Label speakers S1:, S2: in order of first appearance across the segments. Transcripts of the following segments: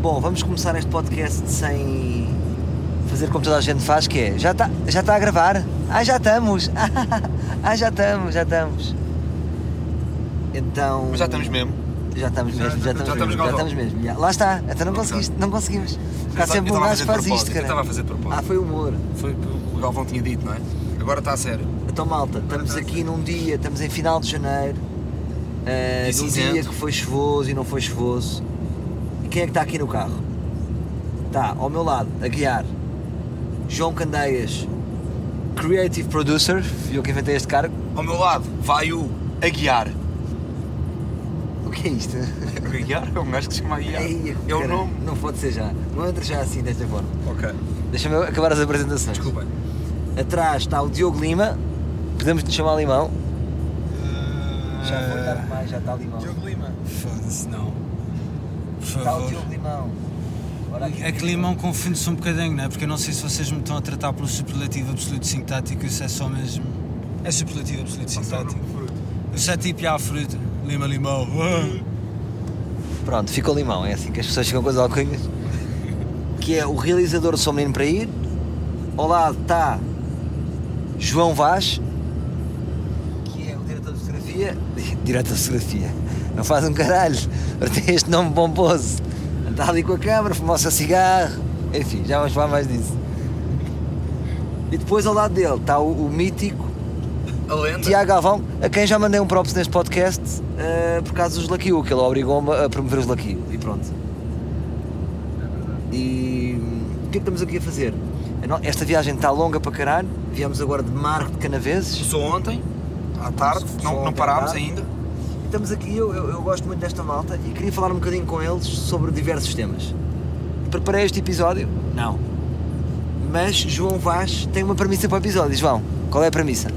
S1: Bom, vamos começar este podcast sem fazer como toda a gente faz, que é já está já tá a gravar. Ah, já estamos! Ah, já estamos, já estamos. Então.
S2: Mas já estamos mesmo.
S1: Já estamos
S2: Já-
S1: mesmo, já
S2: já
S1: estamos
S2: estamos,
S1: mesmo, já
S2: Galvão.
S1: estamos mesmo. Já- Lá está, até não conseguiste, não conseguimos. Há
S2: Eu
S1: sempre um
S2: estava a
S1: gajo que
S2: fazer
S1: faz
S2: propósito,
S1: isto,
S2: Eu estava a
S1: cara.
S2: fazer de
S1: Ah,
S2: propósito.
S1: foi humor.
S2: Foi o que o Galvão tinha dito, não é? Agora está a sério.
S1: Então malta, estamos aqui num dia, estamos em final de janeiro, eh,
S2: Dia
S1: num
S2: cinzento.
S1: dia que foi chuvoso e não foi chuvoso. E quem é que está aqui no carro? Está ao meu lado, a guiar, João Candeias, Creative Producer, fui eu que inventei este cargo.
S2: Ao meu lado vai o Aguiar.
S1: O que é isto?
S2: Aguiar é um gajo que se chama Aguiar.
S1: Ei,
S2: É o
S1: cara,
S2: nome.
S1: Não pode ser já, não entra já assim desta forma.
S2: Ok,
S1: Deixa-me acabar as apresentações.
S2: desculpem.
S1: Atrás está o Diogo Lima, podemos lhe chamar Limão. Já foi tarde
S3: Eh,
S1: demais, já está Limão.
S3: Diogo Lima. Foda-se, não. Por
S1: Está o Diogo
S3: favor.
S1: Limão. Ora aqui.
S3: É que Limão confunde-se um bocadinho, não é? Porque eu não sei se vocês me estão a tratar pelo superlativo absoluto sintático, isso é só mesmo. É superlativo absoluto sintático. Eu só tipo, já, fruta. Lima, limão.
S4: Ah.
S1: Pronto, ficou limão, é assim que as pessoas ficam com as alcunhas. Que é o realizador do Sou Menino para Ir. Ao lado está João Vaz, que é o diretor de fotografia. Diretor de fotografia. Não faz um caralho. Agora tem este nome pomposo. Está ali com a câmera, fumou o seu cigarro. Enfim, já vamos falar mais disso. E depois ao lado dele está o- o mítico
S2: A lenda.
S1: Tiago Galvão, a quem já mandei um props neste podcast eh, por causa dos Lucky U, que ele obrigou-me a promover os Lucky U. E pronto. E hum, o que é que estamos aqui a fazer? A no- Esta viagem está longa para caralho. Viemos agora de Marco de Canaveses.
S2: Começou ontem, à tarde,
S1: Começou
S2: não, não
S1: Ah, tá, ontem à
S2: parámos
S1: tarde.
S2: ainda.
S1: Estamos aqui, eu, eu, eu gosto muito desta malta e queria falar um bocadinho com eles sobre diversos temas. Preparei este episódio,
S3: Não.
S1: mas João Vaz tem uma premissa para o episódio. João, qual é a premissa?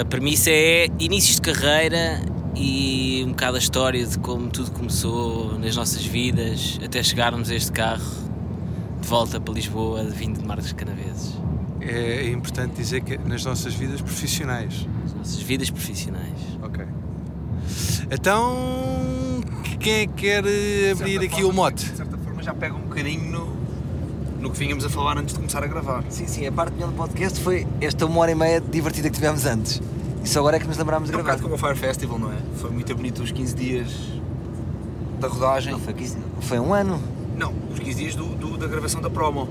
S5: A premissa é inícios de carreira e um bocado a história de como tudo começou nas nossas vidas até chegarmos a este carro de volta para Lisboa, de vindo de Marcos Canaveses.
S4: É importante dizer que nas nossas vidas profissionais.
S5: As nossas vidas profissionais.
S4: Ok. Então, quem é que quer eh,
S2: De certa
S4: abrir aqui
S2: forma,
S4: o mote?
S2: De certa forma já pega um bocadinho no, no que vínhamos a falar antes de começar a gravar. É um
S1: Sim, sim, a parte melhor do podcast foi esta uma hora e meia divertida que tivemos antes. E só agora é que nos lembrámos de
S2: É um
S1: gravar.
S2: bocado como o Fire Festival, não é? Foi muito bonito os 15 dias da rodagem.
S1: Não, foi, 15 foi um ano.
S2: Não, os 15 dias do- do- da gravação da promo.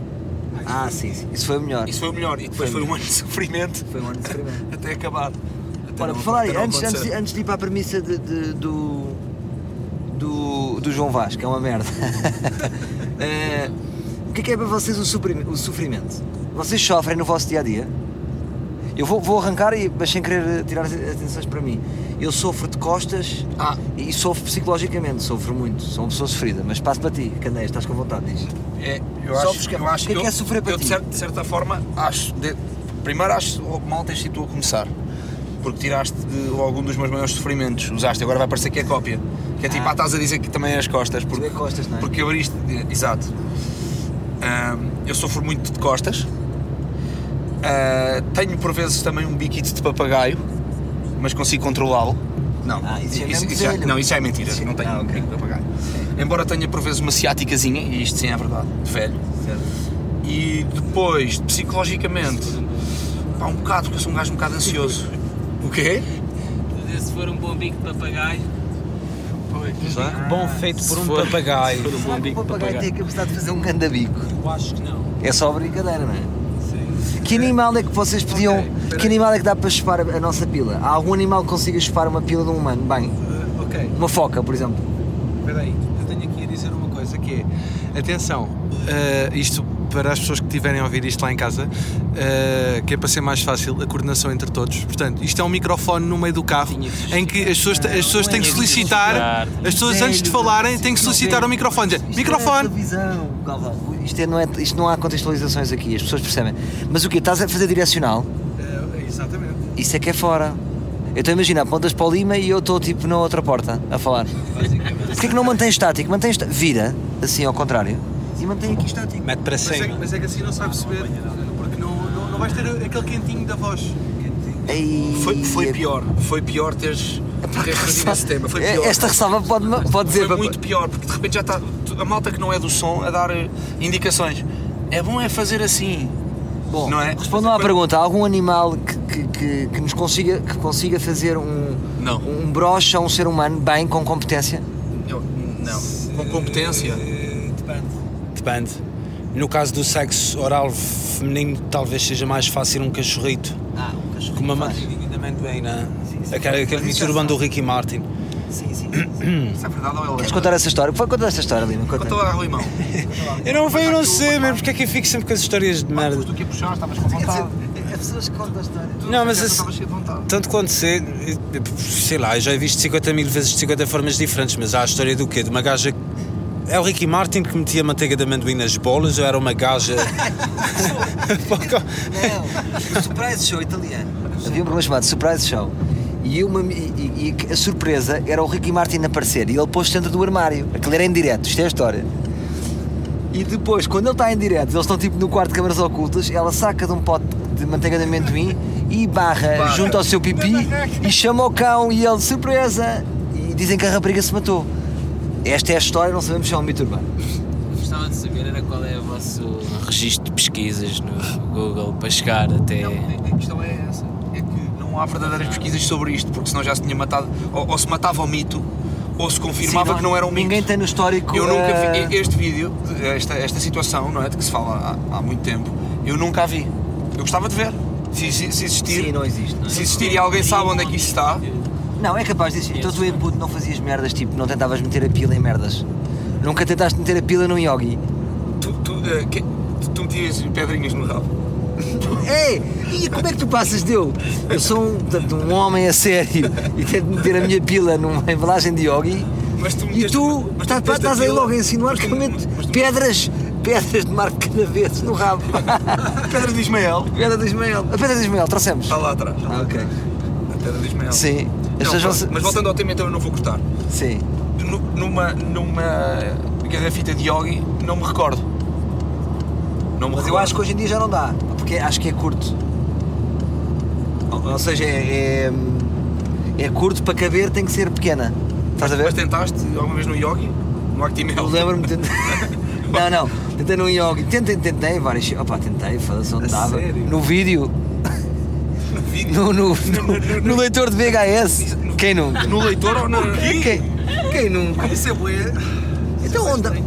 S1: Ah, sim, sim. Isso foi o melhor.
S2: Isso foi o melhor. E depois
S1: Foi
S2: foi,
S1: melhor.
S2: um ano de sofrimento
S1: Foi um ano de experimento.
S2: até acabar. Até
S1: Ora,
S2: não-
S1: por falar aí,
S2: até não
S1: antes, antes,
S2: acontecer.
S1: antes de ir para a premissa de- de- do, do, do João Vasco, é uma merda. Eh, o que é, que é para vocês o, suprim- o sofrimento? Vocês sofrem no vosso dia a dia? Eu vou, vou arrancar, e, mas sem querer eh, tirar as atenções para mim. Eu sofro de costas
S2: Ah,
S1: e sofro psicologicamente, sofro muito. Sou uma pessoa sofrida, mas passo para ti, Candeias, estás com vontade, diz.
S2: É, eu
S1: Só
S2: acho,
S1: buscar-
S2: eu acho
S1: o que é que
S2: eu-
S1: é sofrer para
S2: eu, de,
S1: ti?
S2: cer- de certa forma, acho. de- primeiro, acho oh, mal tens sido tu a começar. Porque tiraste de algum dos meus maiores sofrimentos. Usaste, agora vai parecer que é cópia. Que é tipo, ah, estás a dizer que também é as costas.
S1: Tu
S2: Porque,
S1: é costas, não é?
S2: porque abriste. é, Exato. Ahm, eu sofro muito de costas. Ah, tenho por vezes também um biquito de papagaio, mas consigo controlá-lo. Não,
S1: Ah, isso já é mesmo
S2: já,
S1: velho.
S2: não, isso já é mentira.
S1: Isso-
S2: Não tenho
S1: Ah,
S2: um
S1: ok.
S2: biquito de papagaio. Embora tenha por vezes uma ciáticazinha, e isto sim é verdade, de velho. E depois, psicologicamente, pá, um bocado, porque eu sou um gajo um bocado ansioso. O quê?
S5: Se for um bom bico de papagaio.
S1: Ah,
S3: Bom feito por
S5: Se
S3: um
S5: for-
S3: papagaio.
S5: se for um bom
S1: Será que o
S5: bico de
S1: papagaio tem
S5: papagaio.
S1: a capacidade de fazer um gandabico?
S3: Eu acho que não.
S1: É só brincadeira, não é? Que animal é que vocês podiam. que animal é que dá para chupar a, a nossa pila? Há algum animal que consiga chupar uma pila de um humano? Bem,
S4: Eh, ok,
S1: uma foca, por exemplo.
S4: espera aí. Eu tenho aqui a dizer uma coisa que é... Atenção, eh, isto para as pessoas que estiverem a ouvir isto lá em casa, eh, que é para ser mais fácil a coordenação entre todos. Portanto, isto é um microfone no meio do carro
S5: Tinha que
S4: em que as pessoas, as pessoas têm que
S5: tinha que
S4: solicitar,
S5: justificar.
S4: as pessoas antes de falarem têm que solicitar
S5: é
S4: o microfone. Dizer, Microfone!
S1: é Televisão, Galvão. Isto, é- não é, isto não há contextualizações aqui, as pessoas percebem. Mas o quê? Estás a fazer direcional?
S4: Eh, exatamente.
S1: Isso é que é fora. Eu estou a imaginar, apontas para o Lima e eu estou tipo na outra porta a falar. Porquê que não mantém estático? Mantém esta- Vira, assim ao contrário. E mantém aqui estático.
S3: Mete para
S4: Mas é,
S3: cima.
S4: mas é que assim não sabe perceber, porque não, não, não vais ter aquele quentinho da voz.
S1: Ei,
S2: Foi, foi
S1: é-
S2: pior. Foi pior teres. Porque resolvi esse tema, foi
S1: É,
S2: pior.
S1: Esta ressalva pode, pode dizer.
S2: Foi muito pior, porque de repente já está a malta que não é do som a dar eh, indicações. É bom é fazer assim.
S1: Bom,
S2: não é?
S1: respondam à
S2: Quando-
S1: pergunta: há algum animal que, que, que, que nos consiga, que consiga fazer um,
S2: Não.
S1: um broche a um ser humano bem, com competência?
S2: Eu- não. Com competência.
S3: Eh, Depende. Depende. No caso do sexo oral feminino, talvez seja mais fácil um cachorrito.
S1: Ah, um cachorro.
S3: Com uma Ainda bem,
S4: é?
S3: né?
S1: sim.
S3: Aquele, aquele miturbano do Ricky Martin.
S1: Sim, sim.
S2: Isso é verdade ou é
S1: Queres
S2: lenda?
S1: contar essa história? Foi contar essa história, Lima. Conta.
S2: Conta lá, Limão.
S3: Eu não venho, eu não sei, mas porque é que eu fico sempre com as histórias de merda?
S2: Tu que ia puxar, estavas com vontade.
S1: As pessoas é que contam a história.
S2: Tu
S3: Não, mas
S2: já
S3: esse-
S2: estavas cheio de vontade.
S3: Tanto quanto sei, sei lá, eu já vi isto 50 mil vezes de 50 formas diferentes, mas há a história do quê? De uma gaja. É o Ricky Martin que metia manteiga de amendoim nas bolas ou era uma gaja.
S1: Não, o Surprise Show italiano. Havia um programa chamado Surprise Show. E, uma, e- e- e a surpresa era o Ricky Martin aparecer. E ele pôs-se dentro do armário. Aquilo era em direto, isto é a história. E depois, quando ele está em direto, eles estão tipo no quarto de câmaras ocultas, ela saca de um pote de manteiga de amendoim e barra junto ao seu pipi e chama o cão e ele, surpresa! E dizem que a rapariga se matou. Esta é a história, não sabemos se é um mito urbano.
S5: Gostava de saber era qual é o vosso registro de pesquisas no Google para chegar até.
S2: Não, a questão é essa. É que não há verdadeiras pesquisas sobre isto, porque senão já se tinha matado. Ou, ou se matava o mito, ou se confirmava
S1: Sim,
S2: que não era um mito.
S1: Ninguém tem no histórico.
S2: Eu nunca
S1: eh,
S2: vi este vídeo, esta, esta situação, não é? De que se fala há, há muito tempo, eu nunca a vi. Eu gostava de ver. Se, se- se existir,
S1: Sim, não existe. não é?
S2: se existir e alguém sabe onde é que isso está,
S1: Não, é capaz disso. Então tu em puto não fazias merdas, tipo, não tentavas meter a pila em merdas. Nunca tentaste meter a pila num yogi.
S2: tu, tu, eh, que- tu- tu metias pedrinhas no rabo.
S1: Ei, e como é que tu passas de eu? Eu sou um, portanto, um homem a sério e tento meter a minha pila numa embalagem de yogi
S2: Mas tu
S1: e
S2: meteste-
S1: tu
S2: mas tu
S1: estás,
S2: meteste a
S1: estás aí
S2: pila-
S1: logo a insinuar
S2: mas
S1: que
S2: tu-
S1: eu meto
S2: mas tu-
S1: pedras, pedras de marco de canavete no rabo.
S2: Pedra de Ismael.
S1: pedra de Ismael. A pedra de Ismael, trouxemos.
S2: Está lá atrás.
S1: Ah, ok.
S2: A pedra de Ismael.
S1: Sim.
S2: Não,
S1: As pessoas vão se-
S2: Mas voltando ao tema, então eu não vou cortar.
S1: Sim.
S2: Nu- Numa, numa garrafita de yogi, não me recordo. Não me
S1: Mas
S2: recordo.
S1: eu acho que hoje em dia já não dá, porque acho que é curto. Ou, ou seja, é, é, é curto para caber, tem que ser pequena. Estás a ver?
S2: Mas tentaste alguma vez no yogi? No Actimel?
S1: Eu lembro-me de... Não, não, tentei num yogi, tentei, tentei várias. Opa, tentei, foda-se onde estava. No vídeo,
S2: No vídeo?
S1: no, no, no, no leitor de VHS. Quem nunca?
S2: No leitor ou no.
S1: Quem, quem nunca?
S2: Isso é bué.
S1: Então onde?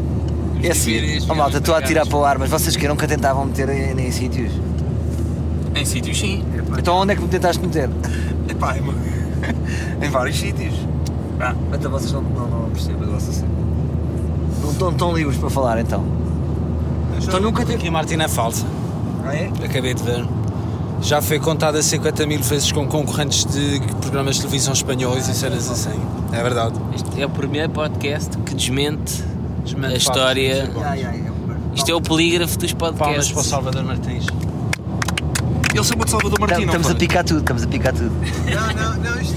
S1: É assim, oh, malta, estou a tirar para o ar, mas vocês que nunca tentavam meter em, em sítios.
S2: Em sítios, sim.
S1: Então onde é que me tentaste meter?
S2: Epá, é uma- em vários sítios. Ah,
S1: Então vocês não, não, não percebem a nossa cena. Não estão tão livres para falar então. Então nunca teve.
S3: Ricky Martin é falsa,
S1: Ah, é?
S3: acabei de ver. Já foi contada 50 mil vezes com concorrentes de programas de televisão espanhóis e cenas assim. É verdade.
S5: Este é o primeiro podcast que desmente
S3: Desmente
S5: a
S3: fatos.
S5: história. Isto é o polígrafo dos
S3: Palmas
S5: podcasts.
S3: para o Salvador Martins.
S2: ele chamou de Salvador Martins, não
S1: Estamos a
S2: foi?
S1: picar tudo, estamos a picar tudo.
S4: Não, não, não, isto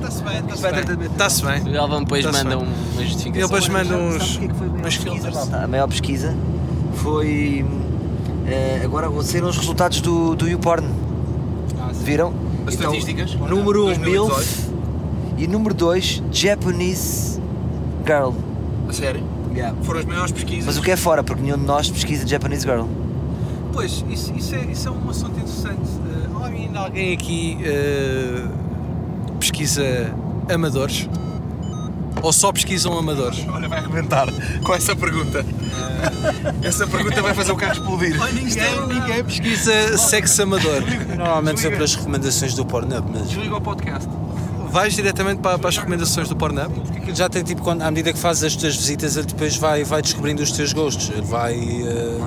S2: tá,
S4: está-se bem, está-se bem. Está-se bem.
S5: O Galvão depois
S4: Está-se
S5: manda
S4: bem.
S5: um- uma justificação.
S4: Ele depois manda
S1: Sabe
S4: uns.
S1: o que é que foi a maior
S4: uns
S1: pesquisa,
S4: filters.
S1: malta? A maior pesquisa foi. eh, agora saíram os resultados do, do YouPorn. Viram?
S2: As estatísticas?
S1: Ah, Número 1, um,
S2: 2018.
S1: MILF. E número 2, Japanese Girl.
S2: A sério? Foram as maiores pesquisas.
S1: Mas o que é fora, porque nenhum de nós pesquisa Japanese Girl.
S4: Pois, isso, isso, é, isso é um assunto interessante. Eh, alguém, alguém aqui eh, pesquisa amadores? Ou só pesquisam amadores?
S2: Olha, vai arrebentar com essa pergunta. essa pergunta vai fazer o carro explodir. é
S4: Ninguém, ninguém pesquisa sexo amador.
S3: Normalmente sempre as recomendações do Pornhub, mas
S2: Desliga o podcast.
S4: Vais diretamente para, para as recomendações do Pornhub?
S3: aquilo já tem tipo, quando, à medida que fazes as tuas visitas, ele depois vai, vai descobrindo os teus gostos. Ele vai. eh,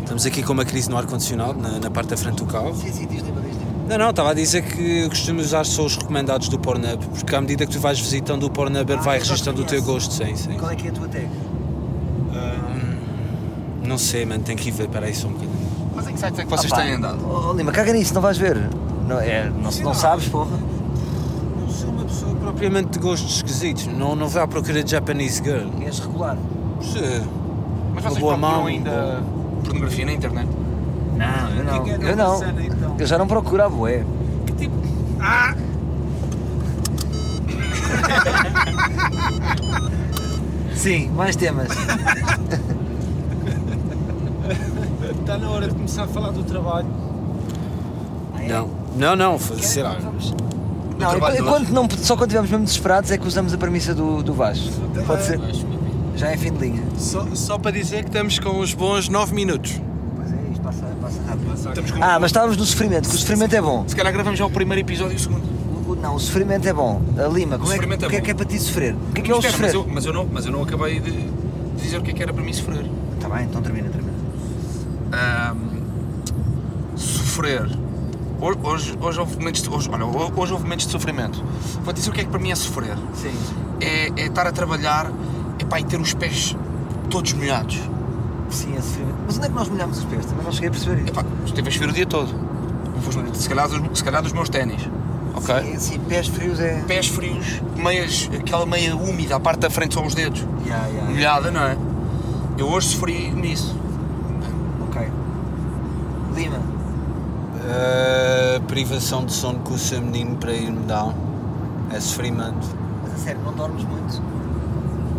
S3: Estamos aqui com uma crise no ar-condicionado, na, na parte da frente do carro.
S1: Sim, sim, diz
S3: Não, não, estava a dizer que eu costumo usar só os recomendados do Pornhub, porque à medida que tu vais visitando o Pornhub, ele
S1: Ah,
S3: vai
S1: ele já
S3: registando o teu
S1: conhece.
S3: gosto, sim, sim.
S1: Qual é que é a tua tag?
S3: Não sei, mano, tem que ir ver, peraí só um bocadinho.
S2: Mas em que sites é que vocês
S1: Opa,
S2: têm andado?
S1: Oh, Lima, caga nisso, não vais ver. Não, é, não, não sabes, porra.
S3: Não sou uma pessoa propriamente de gostos esquisitos, não, não vou à procura de Japanese Girl.
S1: És regular.
S2: Mas
S3: Uma
S2: vocês
S3: boa
S2: procuram
S3: mão,
S2: ainda pornografia na internet?
S1: Não, eu então. tipo- Ah! não. Eu não. Eu já não procuro a boé. Sim, mais temas.
S6: Está na hora de começar a falar do trabalho.
S1: Não.
S6: Não, não, foi- sei lá.
S1: Não,
S2: trabalho
S1: e- e
S2: de
S1: quando não, só quando estivermos mesmo desesperados é que usamos a premissa do, do Vasco. Pode ser. Já é fim de linha.
S4: Só, só para dizer que estamos com os bons 9 minutos.
S1: Pois é, isto passa, passa rápido.
S2: Estamos com-
S1: Ah, mas estávamos no sofrimento, que o sofrimento é bom.
S2: Se calhar gravamos já o primeiro episódio e o segundo.
S1: O- o- Não, o sofrimento é bom. A Lima, como é, que- o
S2: sofrimento é
S1: que é
S2: bom.
S1: que é para ti sofrer? O que é que é o
S2: Espera, mas,
S1: sofrer?
S2: eu, mas, eu não, mas eu não acabei de de dizer o que é que era para mim sofrer.
S1: Está bem, então termina, termina.
S2: Ahm, sofrer. Ho- Hoje, hoje, houve momentos de, hoje, olha, ho- hoje houve momentos de sofrimento. Vou dizer o que é que para mim é sofrer.
S1: Sim.
S2: É, é estar a trabalhar epá, e ter os pés todos molhados.
S1: Sim, é sofrimento. Mas onde é que nós molhamos os pés? Também não cheguei a perceber isso.
S2: Epá, esteve a chover o dia todo. Infelizmente, Se calhar, dos- se calhar dos meus ténis. Ok?
S1: É, Sim, pés frios é.
S2: Pés frios, meias, aquela meia úmida, a parte da frente só os dedos.
S1: Ya, ya, ya.
S2: Molhada, não é? Eu hoje sofri nisso.
S1: Ok. Lima.
S3: Uh, privação de sono com o seu menino para ir-me down. É sofrimento.
S1: Mas a sério, não dormes muito.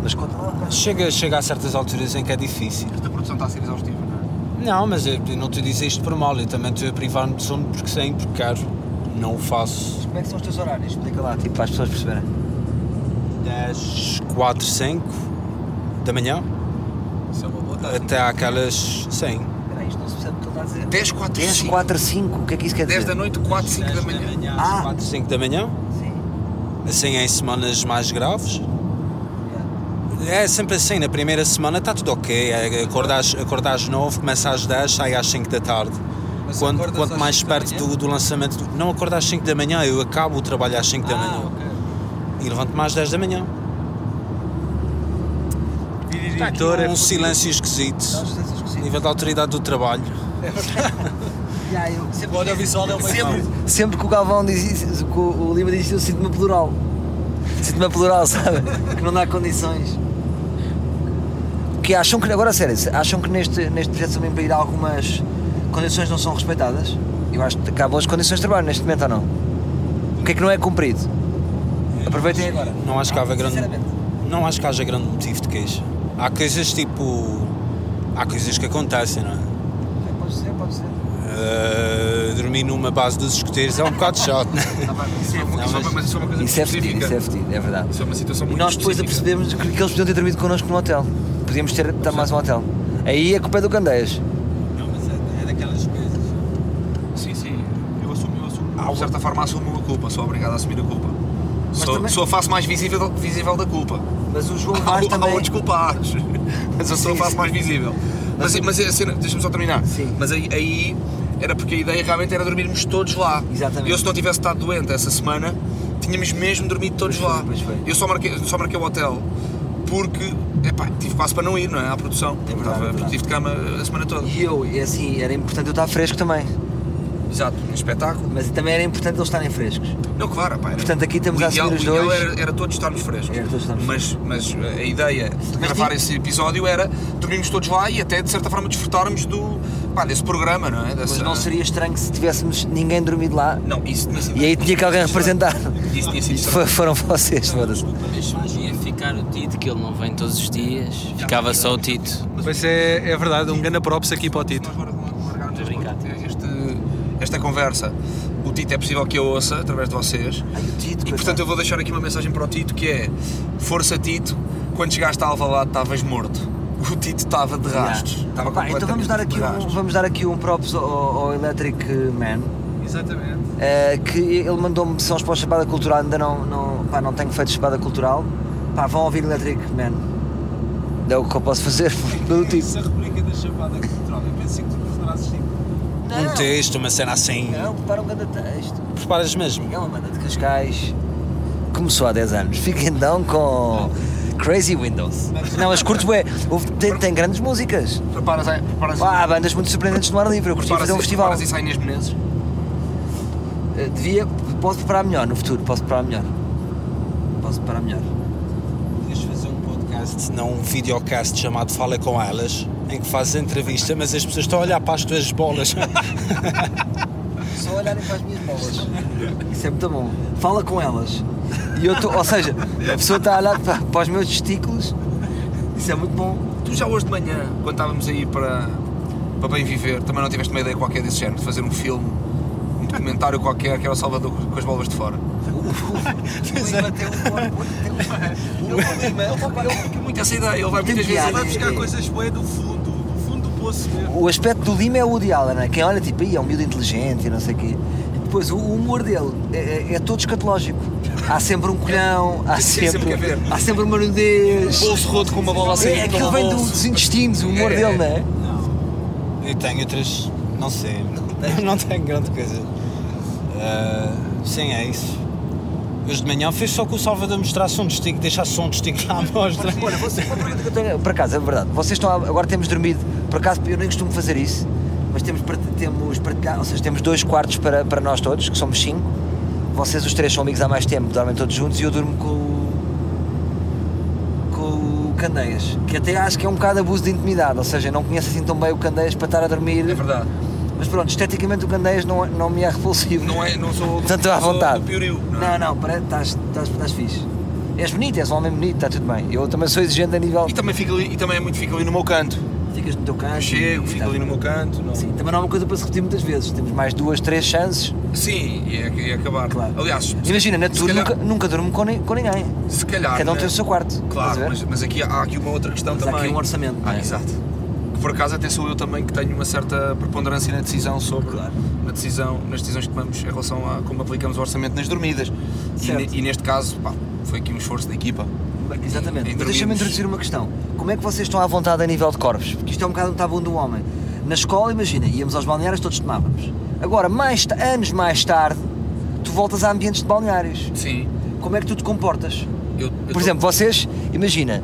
S1: Mas continua.
S3: Chega, chega a certas alturas em que é difícil.
S2: Esta produção está a ser exaustiva, não é?
S3: Não, mas eu, eu não te dizer isto por mal. Eu também estou a privar-me de sono porque sei, porque quero. Não o faço.
S1: Como é que são os teus horários? Explica lá, tipo, para as pessoas perceberem.
S3: 10, 4, 5 da manhã
S6: Isso é uma boa tarde.
S3: até àquelas 100.
S1: Espera aí, isto não se percebe o que ele está a dizer.
S2: 10, 4,
S1: 10,
S2: 5.
S1: 4, 5, o que é que isso quer
S2: 10
S1: dizer?
S2: da noite, 4, 5 da manhã.
S1: Ah.
S3: 4, 5 da manhã.
S1: Sim.
S3: Assim é em semanas mais graves. É sempre assim, na primeira semana está tudo ok. é, Acordas, acordas 9, começa às 10, sai às 5 da tarde.
S6: Mas
S3: Quanto,
S6: acordas
S3: quanto
S6: às
S3: mais
S6: cinco da
S3: perto
S6: manhã?
S3: do, do lançamento. do- Não acordo às 5 da manhã, eu acabo o trabalho às 5 da
S6: Ah,
S3: manhã.
S6: ok.
S3: E levanto-me às 10 da manhã. Está aqui
S6: é
S3: um silêncio esquisito. A nível da autoridade do trabalho.
S1: Já, eu sempre,
S6: O audiovisual é uma
S1: sempre, sempre que o Galvão diz isso, que o o Lima diz isso, eu sinto-me plural. Sinto-me plural, sabe? Que não dá condições. Que acham que, agora a sério, acham que neste, neste projeto também para ir algumas condições não são respeitadas? Eu acho que acabam as condições de trabalho neste momento ou não? O que é que não é cumprido?
S6: é
S1: Aproveitem É, agora.
S3: Não acho que haja grande.
S1: Sinceramente.
S3: Não acho que haja grande motivo de queixa. Há coisas tipo. Há coisas que acontecem, não é?
S1: Pode ser, pode ser.
S3: Eh, dormir numa base dos escuteiros é um bocado chato, não é?
S2: Isso é uma- isso é uma- mas isso é uma coisa muito
S1: Isso é fedido, isso
S2: específica.
S1: é fedido, é verdade.
S2: Isso é uma
S1: E
S2: situação muito
S1: nós depois
S2: específica.
S1: apercebemos que, que eles podiam ter dormido connosco no hotel. Podíamos ter dado mais um hotel. Aí a culpa é do Candeias.
S6: Não, mas é, é daquelas coisas.
S2: Sim, sim. Eu assumo, eu assumo. de certa forma assumo a culpa, sou obrigado a assumir a culpa. Sou,
S1: também-
S2: sou a face mais visível, visível da culpa.
S1: Mas o João
S2: Há,
S1: Vaz
S2: há
S1: também.
S2: outros culpados, ah, mas eu sou a
S1: Sim,
S2: face
S1: sim.
S2: mais visível. Mas, mas é a cena, deixa-me só terminar.
S1: Sim.
S2: Mas aí, aí era porque a ideia realmente era dormirmos todos lá.
S1: Exatamente.
S2: Eu se não tivesse estado doente essa semana, tínhamos mesmo dormido todos
S1: Pois foi,
S2: lá.
S1: pois foi.
S2: Eu só marquei, só marquei o hotel porque epá, tive quase para não ir não é, à produção.
S1: É verdade,
S2: Estava-
S1: é verdade.
S2: Tive de cama a semana toda.
S1: E eu, e assim, era importante eu estar fresco também.
S2: Exato, um espetáculo.
S1: Mas também era importante eles estarem frescos.
S2: Não, claro, pá, era-
S1: Portanto, aqui estamos
S2: o
S1: a
S2: ideal,
S1: assumir os
S2: o ideal
S1: dois.
S2: Era, era todos estarmos frescos.
S1: Era todos estarmos
S2: mas, mas a ideia de gravar esse episódio era dormirmos todos lá e até de certa forma desfrutarmos do, pá, desse programa, não é?
S1: Mas
S2: Dessa-
S1: não seria estranho se tivéssemos ninguém dormido lá.
S2: Não, isso tinha sido.
S1: E aí tinha que alguém representar.
S2: Isso tinha sido.
S1: Fo- Foram vocês, foda-se.
S5: Mas podia ficar o Tito, que ele não vem todos os dias. Ficava só o Tito.
S4: Pois é, é verdade, um grande props aqui para o Tito.
S2: Nós agora largarmos
S5: Estou a brincar.
S2: este- este- esta conversa. O Tito é possível que eu ouça através de vocês.
S1: Ai, o Tito,
S2: E
S1: coitado.
S2: portanto eu vou deixar aqui uma mensagem para o Tito que é Força Tito, quando chegaste a Alvalade estavas morto. O Tito estava de
S1: Yeah.
S2: rastros. Estava
S1: Pá, então vamos
S2: completamente
S1: dar, aqui
S2: de
S1: um,
S2: rastros.
S1: vamos dar aqui um props ao, ao Electric Man.
S6: Exatamente.
S1: Uh, que ele mandou-me sons para o Chapada Cultural, ainda não, não, pá, não tenho feito Chapada Cultural. Pá, vão ouvir Electric Man. É o que eu posso fazer pelo tipo.
S6: Essa rubrica da chapada que controla. Eu pensei que tu não farás tipo.
S1: Não,
S3: Um texto, uma cena assim.
S1: não, prepara um grande texto.
S3: Preparas mesmo.
S1: É uma banda de Cascais. Começou há 10 anos. Fiquem então com Crazy Windows. Não, mas curto é. Tem, tem grandes músicas.
S2: Preparas aí, preparas
S1: Pá, há bandas muito surpreendentes no ar livre. Eu gostaria de fazer um festival.
S2: Preparas isso a Inês Menezes?
S1: Uh, Devia, posso preparar melhor no futuro, posso preparar melhor. Posso preparar melhor.
S3: Podias fazer um podcast, não um videocast chamado Fala com Elas, em que fazes entrevista, mas as pessoas estão a olhar para as tuas bolas.
S1: Só olharem para as minhas bolas. Isso é muito bom. Fala com elas. E eu estou, ou seja, a pessoa está a olhar para, para os meus testículos. Isso é muito bom.
S2: Tu já hoje de manhã, quando estávamos aí para, para Bem Viver, também não tiveste uma ideia qualquer desse género, de fazer um filme, um documentário qualquer, que era o Salvador com as bolas de fora.
S1: um
S2: Eu muito essa ideia, ele vai muitas
S1: Tem
S2: vezes.
S1: piada.
S6: Vai buscar coisas boas do fundo, do fundo do poço mesmo.
S1: O aspecto do Lima é o de Allen, né? quem olha tipo, "Ih, é um miúdo inteligente e não sei o quê. E depois o humor dele é, é- é todo escatológico. Há sempre um colhão,
S6: é
S1: há
S2: sempre
S1: sempre,
S2: que haver.
S1: há sempre uma nudez.
S2: Bolso roto com uma bola assim.
S1: É, aquilo vem do- dos intestinos, o humor
S2: É.
S1: dele, não é?
S3: Eu tenho outras. Não sei. Não tenho grande coisa. Ah, sim, é isso. Hoje de manhã fez só que o Salvador mostrasse um destico, deixasse só um destico lá à mostra.
S1: Olha, você, uma pergunta que eu tenho, por acaso, é verdade. Vocês estão, a- agora temos dormido, por acaso eu nem costumo fazer isso, mas temos, part- temos partilhado, ou seja, temos dois quartos para, para nós todos, que somos cinco. Vocês os três são amigos há mais tempo, dormem todos juntos e eu durmo com o. com o Candeias, que até acho que é um bocado abuso de intimidade, ou seja, eu não conheço assim tão bem o Candeias para estar a dormir.
S2: É verdade.
S1: Mas pronto, esteticamente o Candeias não, é- não me é repulsivo.
S2: Não, é, não sou.
S1: Portanto, à
S2: sou
S1: vontade.
S2: Do Pioriu, não, é?
S1: Não, não, parece- estás, estás, estás fixe. És bonito, és um homem bonito, está tudo bem. Eu também sou exigente a nível.
S2: E também, fico ali, e também é muito fico ali no meu canto.
S1: Ficas no teu canto.
S2: Eu chego, fico ali no meu canto. Não.
S1: Sim, também não é uma coisa para se repetir muitas vezes. Temos mais duas, três chances.
S2: Sim, e é, e é acabar.
S1: Claro.
S2: Aliás,
S1: Imagina, na
S2: se
S1: Tour
S2: calhar-
S1: nunca, nunca durmo com, ni- com ninguém.
S2: se calhar.
S1: Cada um
S2: né?
S1: tem o seu quarto. estás a
S2: Claro,
S1: ver?
S2: mas, mas aqui há há aqui uma outra questão
S1: Mas há
S2: também.
S1: aqui um orçamento,
S2: Ah,
S1: não é?
S2: exato. Que por acaso até sou eu também que tenho uma certa preponderância na decisão sobre na decisão, nas decisões que tomamos em relação a como aplicamos o orçamento nas dormidas. E,
S1: Certo.
S2: ne- e neste caso, pá, foi aqui um esforço da equipa.
S1: Bem, Exatamente.
S2: Em- em
S1: Mas deixa-me
S2: dormirmos.
S1: introduzir uma questão. Como é que vocês estão à vontade a nível de corpos? Porque isto é um bocado um tabu do homem. Na escola, imagina, íamos aos balneários, todos tomávamos. Agora, mais, ta- anos mais tarde, tu voltas a ambientes de balneários.
S2: Sim.
S1: Como é que tu te comportas?
S2: Eu, eu
S1: Por
S2: tô-
S1: exemplo, vocês, imagina,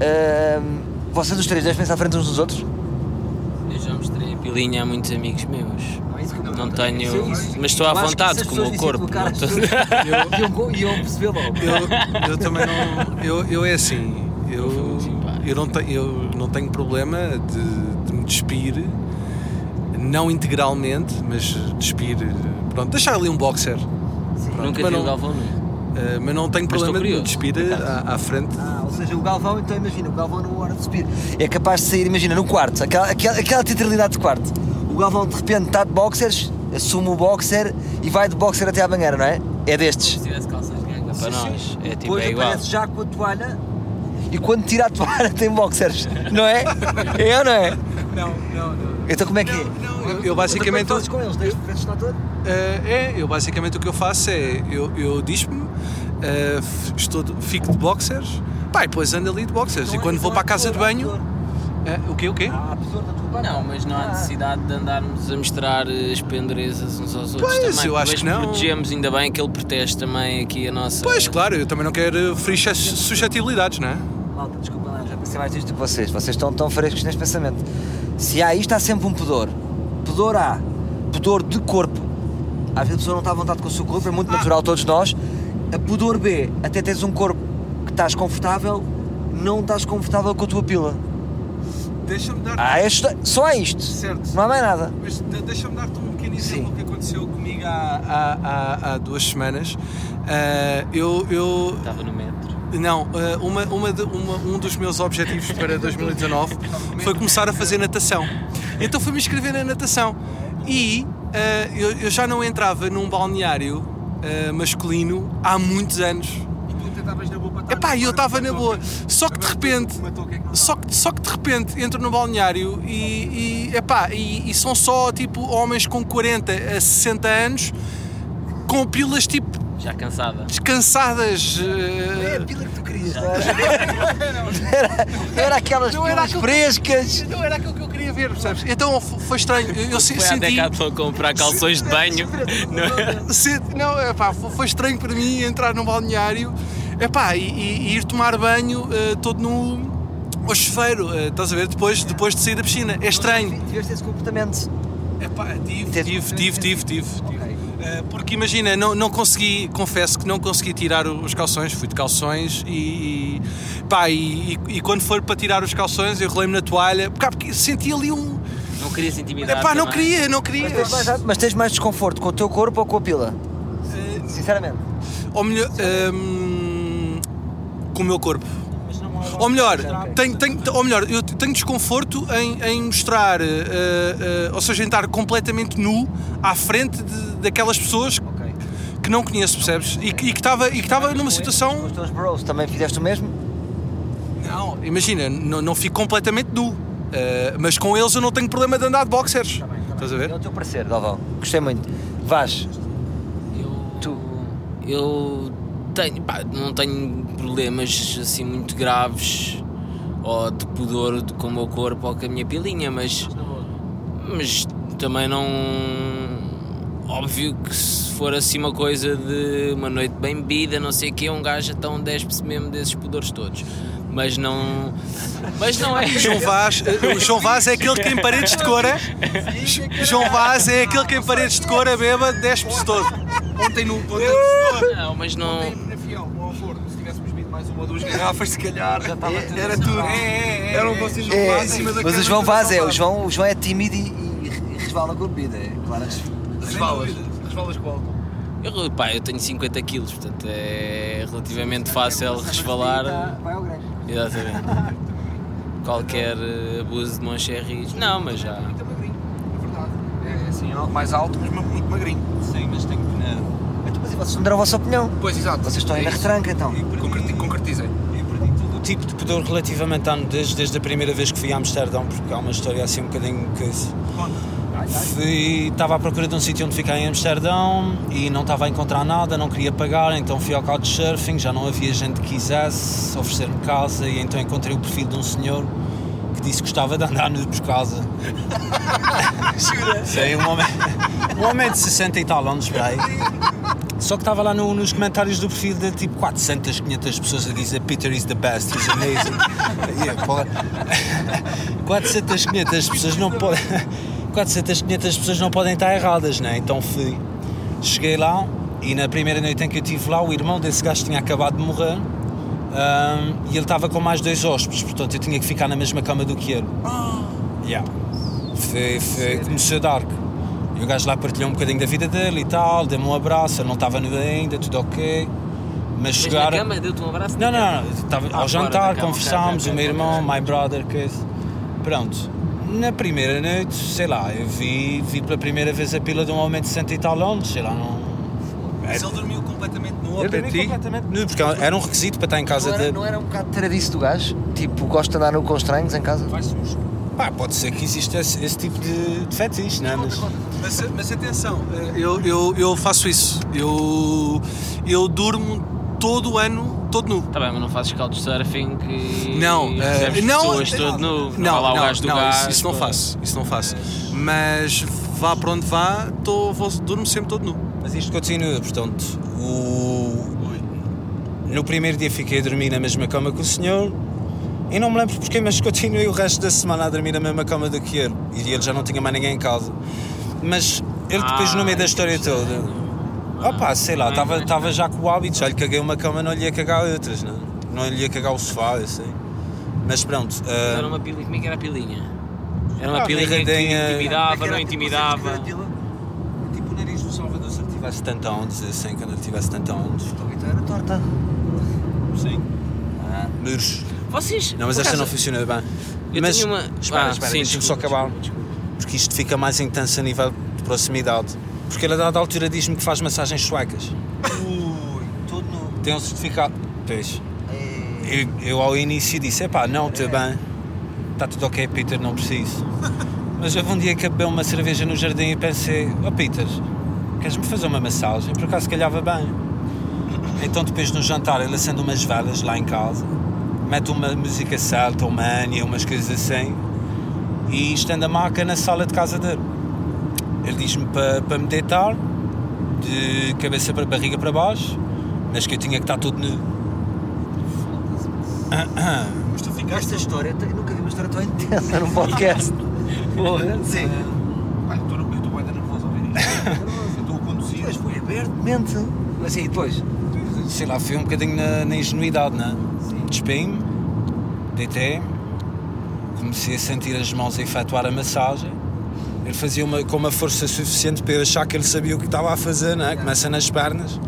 S1: ahm, vocês os três deixam-se à frente uns dos outros?
S5: Eu já mostrei a pilinha a muitos amigos meus.
S1: Não, é isso que eu-
S5: Não
S1: eu-
S5: tenho.
S1: eu- isso-
S5: Mas estou à
S1: eu acho que
S5: vontade
S1: se as
S5: com o meu
S1: pessoas
S5: corpo.
S1: dissem
S5: não
S1: colocar
S5: estou-
S1: assim, as pessoas- E eu, e eu percebi logo.
S4: Eu, eu também não. Eu, eu é assim. Eu, eu, não tenho, eu não tenho problema de, de me despir, não integralmente, mas despir. Pronto, deixar ali um boxer.
S5: Nunca
S4: mas
S5: vi o
S4: não-
S5: Galvão nu.
S4: eh, mas não tenho
S5: Mas
S4: problema de
S5: estou
S4: me
S5: curioso,
S4: despir à, à frente.
S1: Ah, ou seja, o Galvão, então imagina, o Galvão numa hora de subir é capaz de sair, imagina, no quarto, aquela, aquela, aquela teatralidade de quarto. O Galvão de repente está de boxers, assume o boxer e vai de boxer até à banheira, não é? É destes.
S5: Se tivesse calças de ganga para
S1: Sim,
S5: nós,
S1: sim.
S5: é tipo,
S1: Depois
S5: é igual.
S1: aparece já com a toalha e quando tira a toalha tem boxers, não é? É ou não é?
S6: Não, não, não.
S1: Então como é que é?
S4: Eu, eu basicamente.
S1: Mas como é que fazes com eles? Deixas de vestir todo?
S4: Eh, é, eu basicamente o que eu faço é. Eu, eu dispo-me, eh, f- estou de- fico de boxers, pá, e depois ando ali de boxers.
S1: Então
S4: e quando vou para a casa de banho. eh, o quê? O quê?
S1: um Ah, a pessoa da tua parte.
S5: Não, mas
S1: Ah.
S5: não há necessidade de andarmos a mostrar eh, as pendurezas uns aos outros
S4: Pois,
S5: também.
S4: eu acho
S5: mas
S4: que não.
S5: protegemos ainda bem que ele protege também aqui a nossa.
S4: Pois, claro, eu também não quero ferir sus- suscetibilidades, não é?
S1: Malta, desculpa lá, já pensei mais disto do que vocês. Vocês estão tão frescos neste pensamento. Se há isto, há sempre um pudor. Pudor há. Pudor de corpo. Às vezes a pessoa não está à vontade com o seu corpo, é muito natural todos nós. A pudor B, até tens um corpo que estás confortável, não estás confortável com a tua pila.
S6: Deixa-me dar.
S1: Ah, é esta- só há isto.
S6: Certo.
S1: Não há mais nada.
S6: Mas de- deixa-me dar-te um pequeno
S4: é
S6: exemplo
S1: Sim.
S6: que aconteceu comigo
S4: Há,
S6: há.
S4: há- há- há duas semanas. eh, eu, eu.
S5: Estava no metro.
S4: Não, eh, uma, uma de- uma- um dos meus objetivos para 2019 foi começar a fazer natação. Então fui-me inscrever na natação. E eh, eu, eu já não entrava num balneário eh, masculino há muitos anos.
S6: E tu tentavas na boa para estar
S4: Epá,
S6: na
S4: eu
S6: boa,
S4: estava
S6: mas
S4: na
S6: não
S4: boa.
S6: tens.
S4: Só que de
S6: Agora
S4: repente.
S6: uma touca é que não
S4: Só que, só que de repente entro no balneário e, e, epá, e, e são só tipo homens com 40 a 60 anos com pilas tipo
S5: Já cansada.
S4: descansadas.
S1: É
S4: eh,
S1: a pila que tu querias. Não era, não era aquelas
S4: Não era
S1: pilas
S4: aquilo-
S1: frescas.
S4: Não era aquilo que eu queria ver, percebes? Então f- foi estranho. Eu, eu se-
S5: Foi à
S4: senti.
S5: Decathlon comprar calções de banho.
S4: senti- não, epá, fo- foi estranho para mim entrar num balneário epá, e, e- e ir tomar banho eh, todo no. Ao chuveiro, eh, estás a ver? Depois, depois de sair da piscina. É estranho.
S1: Tiveste esse comportamento.
S4: Epá, É tive,
S1: Tens-
S4: tive, tive, tive, tive.
S1: Ok.
S4: Eh, Porque imagina, não, não consegui, confesso que não consegui tirar o- os calções, fui de calções e, e pá, e, e- e quando for para tirar os calções eu relei-me na toalha, pá, porque senti ali um.
S5: Não querias intimidar.
S4: Epá, não
S5: também.
S4: queria, não queria.
S1: Mas tens mais- Mas tens mais desconforto com o teu corpo ou com a pila? Sinceramente.
S4: Ou melhor. hum, com o meu corpo. Ou melhor, tenho, tenho, ou melhor, eu tenho desconforto em, em mostrar, eh, eh, ou seja, em estar completamente nu à frente de- daquelas pessoas que não conheço, percebes? E, que- e que estava e que estava numa
S1: Com
S4: situação.
S1: os teus bros também fizeste o mesmo?
S4: Não, imagina, não, não fico completamente nu, eh, mas com eles eu não tenho problema de andar de boxers. Estás a ver?
S1: É o teu parecer, Dalval. Gostei muito. Vaz,
S5: Eu,
S1: Tu?
S5: eu tenho, pá, não tenho problemas assim muito graves ou de pudor de- com o meu corpo ou com a minha pilinha, mas, mas também não. Óbvio que se for assim uma coisa de uma noite bem bebida, não sei o que, um gajo então despe-se mesmo desses pudores todos. Mas não. Mas não é.
S4: João Vaz, eh, o João Vaz é aquele que em paredes de cor é. Jo- João Vaz é aquele que em paredes de cor é beba, despe-se todo.
S2: Ontem no ontem no-
S5: Não, mas não.
S2: na Fiel, ao forno, se tivéssemos bebido mais uma ou duas garrafas, Ah, se calhar já estava
S1: Eh,
S2: tudo. Era tudo.
S4: É,
S2: um Eram vocês
S1: É,
S2: Vaz em cima da
S1: mas
S2: cama
S1: o João
S2: da
S1: Vaz é, o
S2: saudade.
S1: João, o João é tímido e, e, e resvala com a bebida, é claro.
S2: Resvalas. Resvalas qual?
S5: Eu, pá, eu tenho 50 quilos, portanto é relativamente fácil resvalar.
S1: Vai ao grande.
S5: Exatamente. Qualquer eh, abuso de moncherris. Não, mas já.
S2: Muito magrinho, é verdade. É assim, algo mais alto, mas muito magrinho.
S3: Sim, mas tenho
S2: né?
S3: pena.
S1: Então, mas e vocês não deram a vossa opinião?
S2: Pois, exato.
S1: Vocês estão aí
S2: É
S1: na
S2: isso.
S1: retranca, então.
S2: Concreti- Concretizem.
S3: O tipo de pudor relativamente à nudez, desde a primeira vez que fui a Amsterdão, porque há uma história assim um bocadinho que. Fui, estava à procura de um sítio onde ficar em Amsterdão e não estava a encontrar nada, não queria pagar, então fui ao Couchsurfing, já não havia gente que quisesse oferecer-me casa e então encontrei o perfil de um senhor que disse que gostava de andar nudo por casa. Jura? Sim, um homem, um homem de 60 e tal anos, para aí. Só que estava lá no- nos comentários do perfil de tipo 400, 500 pessoas a dizer Peter is the best, he's amazing. E eu, porra, 400, 500 pessoas não podem. 400, 500 pessoas não podem estar erradas, né? Então fui. Cheguei lá e na primeira noite em que eu estive lá, o irmão desse gajo tinha acabado de morrer hum, e ele estava com mais dois hóspedes, portanto eu tinha que ficar na mesma cama do que ele.
S5: Oh.
S3: Yeah. Foi, foi, começou dark. E o gajo lá partilhou um bocadinho da vida dele e tal, deu-me um abraço, eu não estava nu ainda, tudo ok. Mas
S5: Mas na
S3: chegaram.
S5: cama deu-te um abraço?
S3: Não, não, não. Estava
S5: fora
S3: ao jantar,
S5: da cama,
S3: conversámos,
S5: ok, ok,
S3: o meu
S5: ok,
S3: irmão, my brother, que Pronto. Na primeira noite, sei lá, eu vi, vi pela primeira vez a pila de um homem de 60 e tal anos, sei lá, não.
S2: Mas ele dormiu completamente no
S3: Eu dormi completamente nu, porque era um requisito para estar em casa
S1: Não era,
S3: de.
S1: não era um bocado tradiço do gajo? Tipo, gosta de andar no com estranhos em casa?
S3: Pá, pode ser que exista esse, esse tipo de, de fetiche, não é? Mas...
S4: Mas, mas atenção, eh, eu, eu, eu faço isso. Eu, eu durmo todo o ano, todo nu.
S5: Tá bem, mas não fazes couchsurfing e.
S4: Não,
S5: e
S4: eh,
S5: recebes
S4: não,
S5: pessoas
S4: eh,
S5: todo nu. Não,
S4: Não,
S5: vai lá
S4: não,
S5: o gajo É. do
S4: não,
S5: gás.
S4: isso, isso não
S5: pá.
S4: faço, isso não faço. Mas vá para onde vá, tô, vou, durmo sempre todo nu.
S3: Mas isto continua, portanto, o... no primeiro dia fiquei a dormir na mesma cama que o senhor e não me lembro porquê, mas continuei o resto da semana a dormir na mesma cama do que ele e ele já não tinha mais ninguém em casa. Mas ele depois, no meio da história toda, opá, sei lá, estava estava já com o hábito, já lhe caguei uma cama, não lhe ia cagar outras, não, não lhe ia cagar o sofá, eu sei. Mas pronto, ah,
S5: Era uma pilinha. Como é que era a pilinha? Era
S3: Ah,
S5: uma pilinha que
S3: miradinha.
S2: é
S5: intimidava, não
S2: assim,
S5: intimidava.
S2: tipo-
S3: Tipo o nariz do Salvador se ele tivesse 70 anos, assim, quando ele tivesse 70 anos.
S1: Então era torta.
S3: Sim. Muros.
S5: Vocês.
S3: Não, mas
S5: por
S3: esta
S5: acaso,
S3: não funciona bem.
S5: Eu
S3: mas,
S5: tenho uma.
S3: Espera,
S5: Ah,
S3: espera,
S5: sim,
S3: deixa-me só
S5: desculpa,
S3: acabar.
S5: desculpa,
S3: Porque isto fica mais intenso a nível de proximidade. Porque ele a dada altura diz-me que faz massagens suecas.
S1: Ui, todo nu.
S3: Tem um certificado. Pois.
S1: É,
S3: Eu, eu ao início disse, epá, não, estou bem. Está tudo ok, Peter, não preciso. Mas houve um dia que bebeu uma cerveja no jardim e pensei, oh Peter, queres-me fazer uma massagem? Por acaso calhava bem. Então depois no jantar ele acende umas velas lá em casa, mete uma música celta, uma ânia, umas coisas assim, e estende a maca na sala de casa dele. Ele diz-me para para me deitar, de cabeça para barriga para baixo, mas que eu tinha que estar todo nu.
S1: Esta história, eu nunca vi uma história tão intensa num um podcast. Porra, sim.
S2: Pai, eu estou- eu estou ainda nervoso a ouvir isto. Eu estou a conduzir.
S1: Mas foi abertamente. Mas sim, depois.
S3: sei lá, fui um bocadinho na, na ingenuidade, não é? Despei-me, deitei comecei a sentir as mãos a efetuar a massagem. Ele fazia uma, com uma força suficiente para eu achar que ele sabia o que estava a fazer, não é? Começa nas pernas.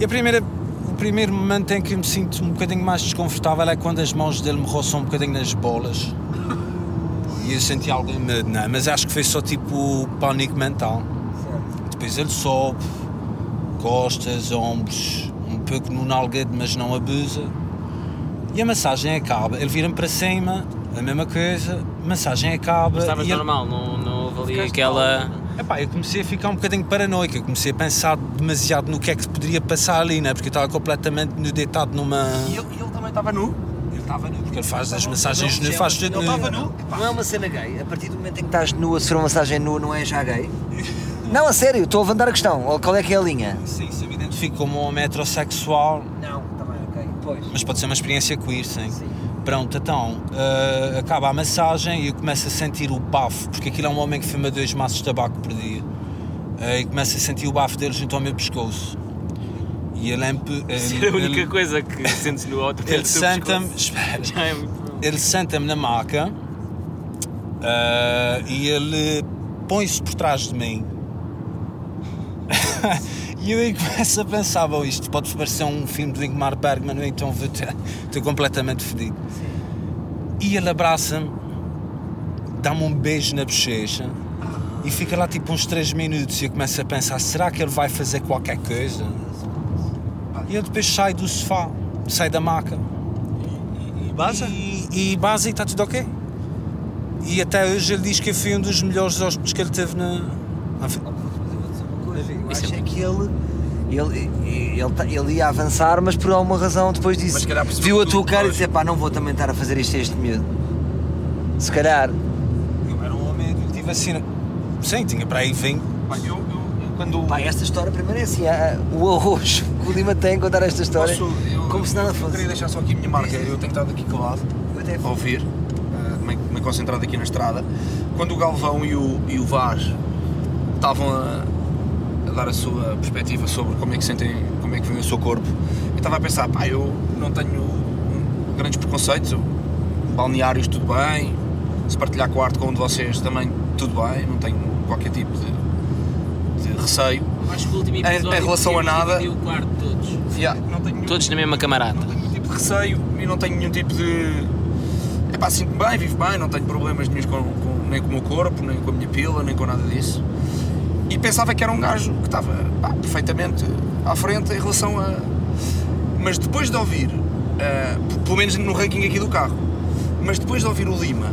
S3: E a primeira, o primeiro momento em que me sinto um bocadinho mais desconfortável é quando as mãos dele me roçam um bocadinho nas bolas. E eu senti algum medo, não é? Mas acho que foi só tipo pânico mental. Depois ele sobe, costas, ombros, um pouco no nalgado, mas não abusa. E a massagem acaba. Ele vira-me para cima, a mesma coisa, massagem acaba.
S5: Mas estavas
S3: e ele-
S5: normal, não, não houve ali
S3: Ficaste
S5: aquela.
S3: Epá, eu comecei a ficar um bocadinho paranoico, eu comecei a pensar demasiado no que é que se poderia passar ali, né? porque eu estava completamente nu deitado numa.
S2: E ele, ele também estava nu?
S3: Ele estava nu, porque ele faz as massagens nu, faz tudo
S2: Ele
S3: nu.
S2: estava nu?
S1: Não é uma cena gay. A partir do momento em que estás nu a sofrer uma massagem nu, não é já gay? Não, a sério, estou a levantar a questão. Qual é que é a linha?
S3: Sim, se eu me identifico como homem heterossexual,
S1: Não, também, ok. Pois.
S3: mas pode ser uma experiência queer, sim.
S1: Sim.
S3: Pronto, então, eh, acaba a massagem e eu começo a sentir o bafo, porque aquilo é um homem que fuma dois maços de tabaco por dia. Eh, e começo a sentir o bafo dele junto ao meu pescoço. E ele... empe-
S5: Isso
S3: ele-
S5: era a única
S3: ele-
S5: coisa que sentes no outro.
S3: Ele senta-me... Espera.
S5: Já é muito bom.
S3: ele senta-me na maca ah, e ele põe-se por trás de mim. e eu aí começo a pensar: bom, isto pode parecer um filme do Ingmar Bergman, ou então vou ter- estou completamente fedido. E ele abraça-me, dá-me um beijo na bochecha e fica lá tipo uns 3 minutos. E eu começo a pensar: será que ele vai fazer qualquer coisa? E eu depois saio do sofá, saio da maca.
S4: E basta?
S3: E, e base está tudo ok. E até hoje ele diz que eu fui um dos melhores hóspedes que ele teve na. na fi-
S1: Mas eu vou dizer uma coisa, eu
S5: Isso é
S1: acho é que ele, ele, ele, ta- ele ia avançar, mas por alguma razão depois
S2: Mas
S1: disso
S2: se calhar percebeu
S1: viu a
S2: que
S1: tua
S2: tu-
S1: cara e
S2: pois.
S1: disse: pá, não vou também estar a fazer isto a este medo. Se calhar.
S3: Eu era um homem adultivo assim. Sim, tinha para aí 20.
S2: Pá, eu- eu- quando-
S1: Pá, esta história primeiro é assim: ah, ah, o arroz que o Lima tem a contar esta história.
S2: Posso- eu-
S1: como se nada
S2: Eu
S1: fosse.
S2: queria deixar só aqui a minha marca, eu tenho estado aqui calado,
S1: Eu até-
S2: a ouvir, eh, meio- meio concentrado aqui na estrada. Quando o Galvão e o, e o Vaz estavam a, a dar a sua perspectiva sobre como é que sentem, como é que vem o seu corpo, eu estava a pensar, pá, eu não tenho hum, grandes preconceitos, eu- balneários tudo bem, se partilhar quarto com um de vocês também tudo bem, não tenho qualquer tipo de, de receio.
S5: Acho que o último
S2: Em- em
S5: episódio
S2: relação
S5: tínhamos
S2: a nada-
S5: dividido o quarto de todos.
S2: Yeah, não tenho nenhum-
S5: Todos na mesma
S2: não
S5: camarada.
S2: tenho nenhum tipo de receio e não tenho nenhum tipo de. É pá, sinto-me bem, vivo bem, não tenho problemas nenhum com, com- nem com o meu corpo, nem com a minha pila, nem com nada disso. E pensava que era um gajo que estava pá, perfeitamente à frente em relação a. Mas depois de ouvir, ah, p- pelo menos no ranking aqui do carro, mas depois de ouvir o Lima,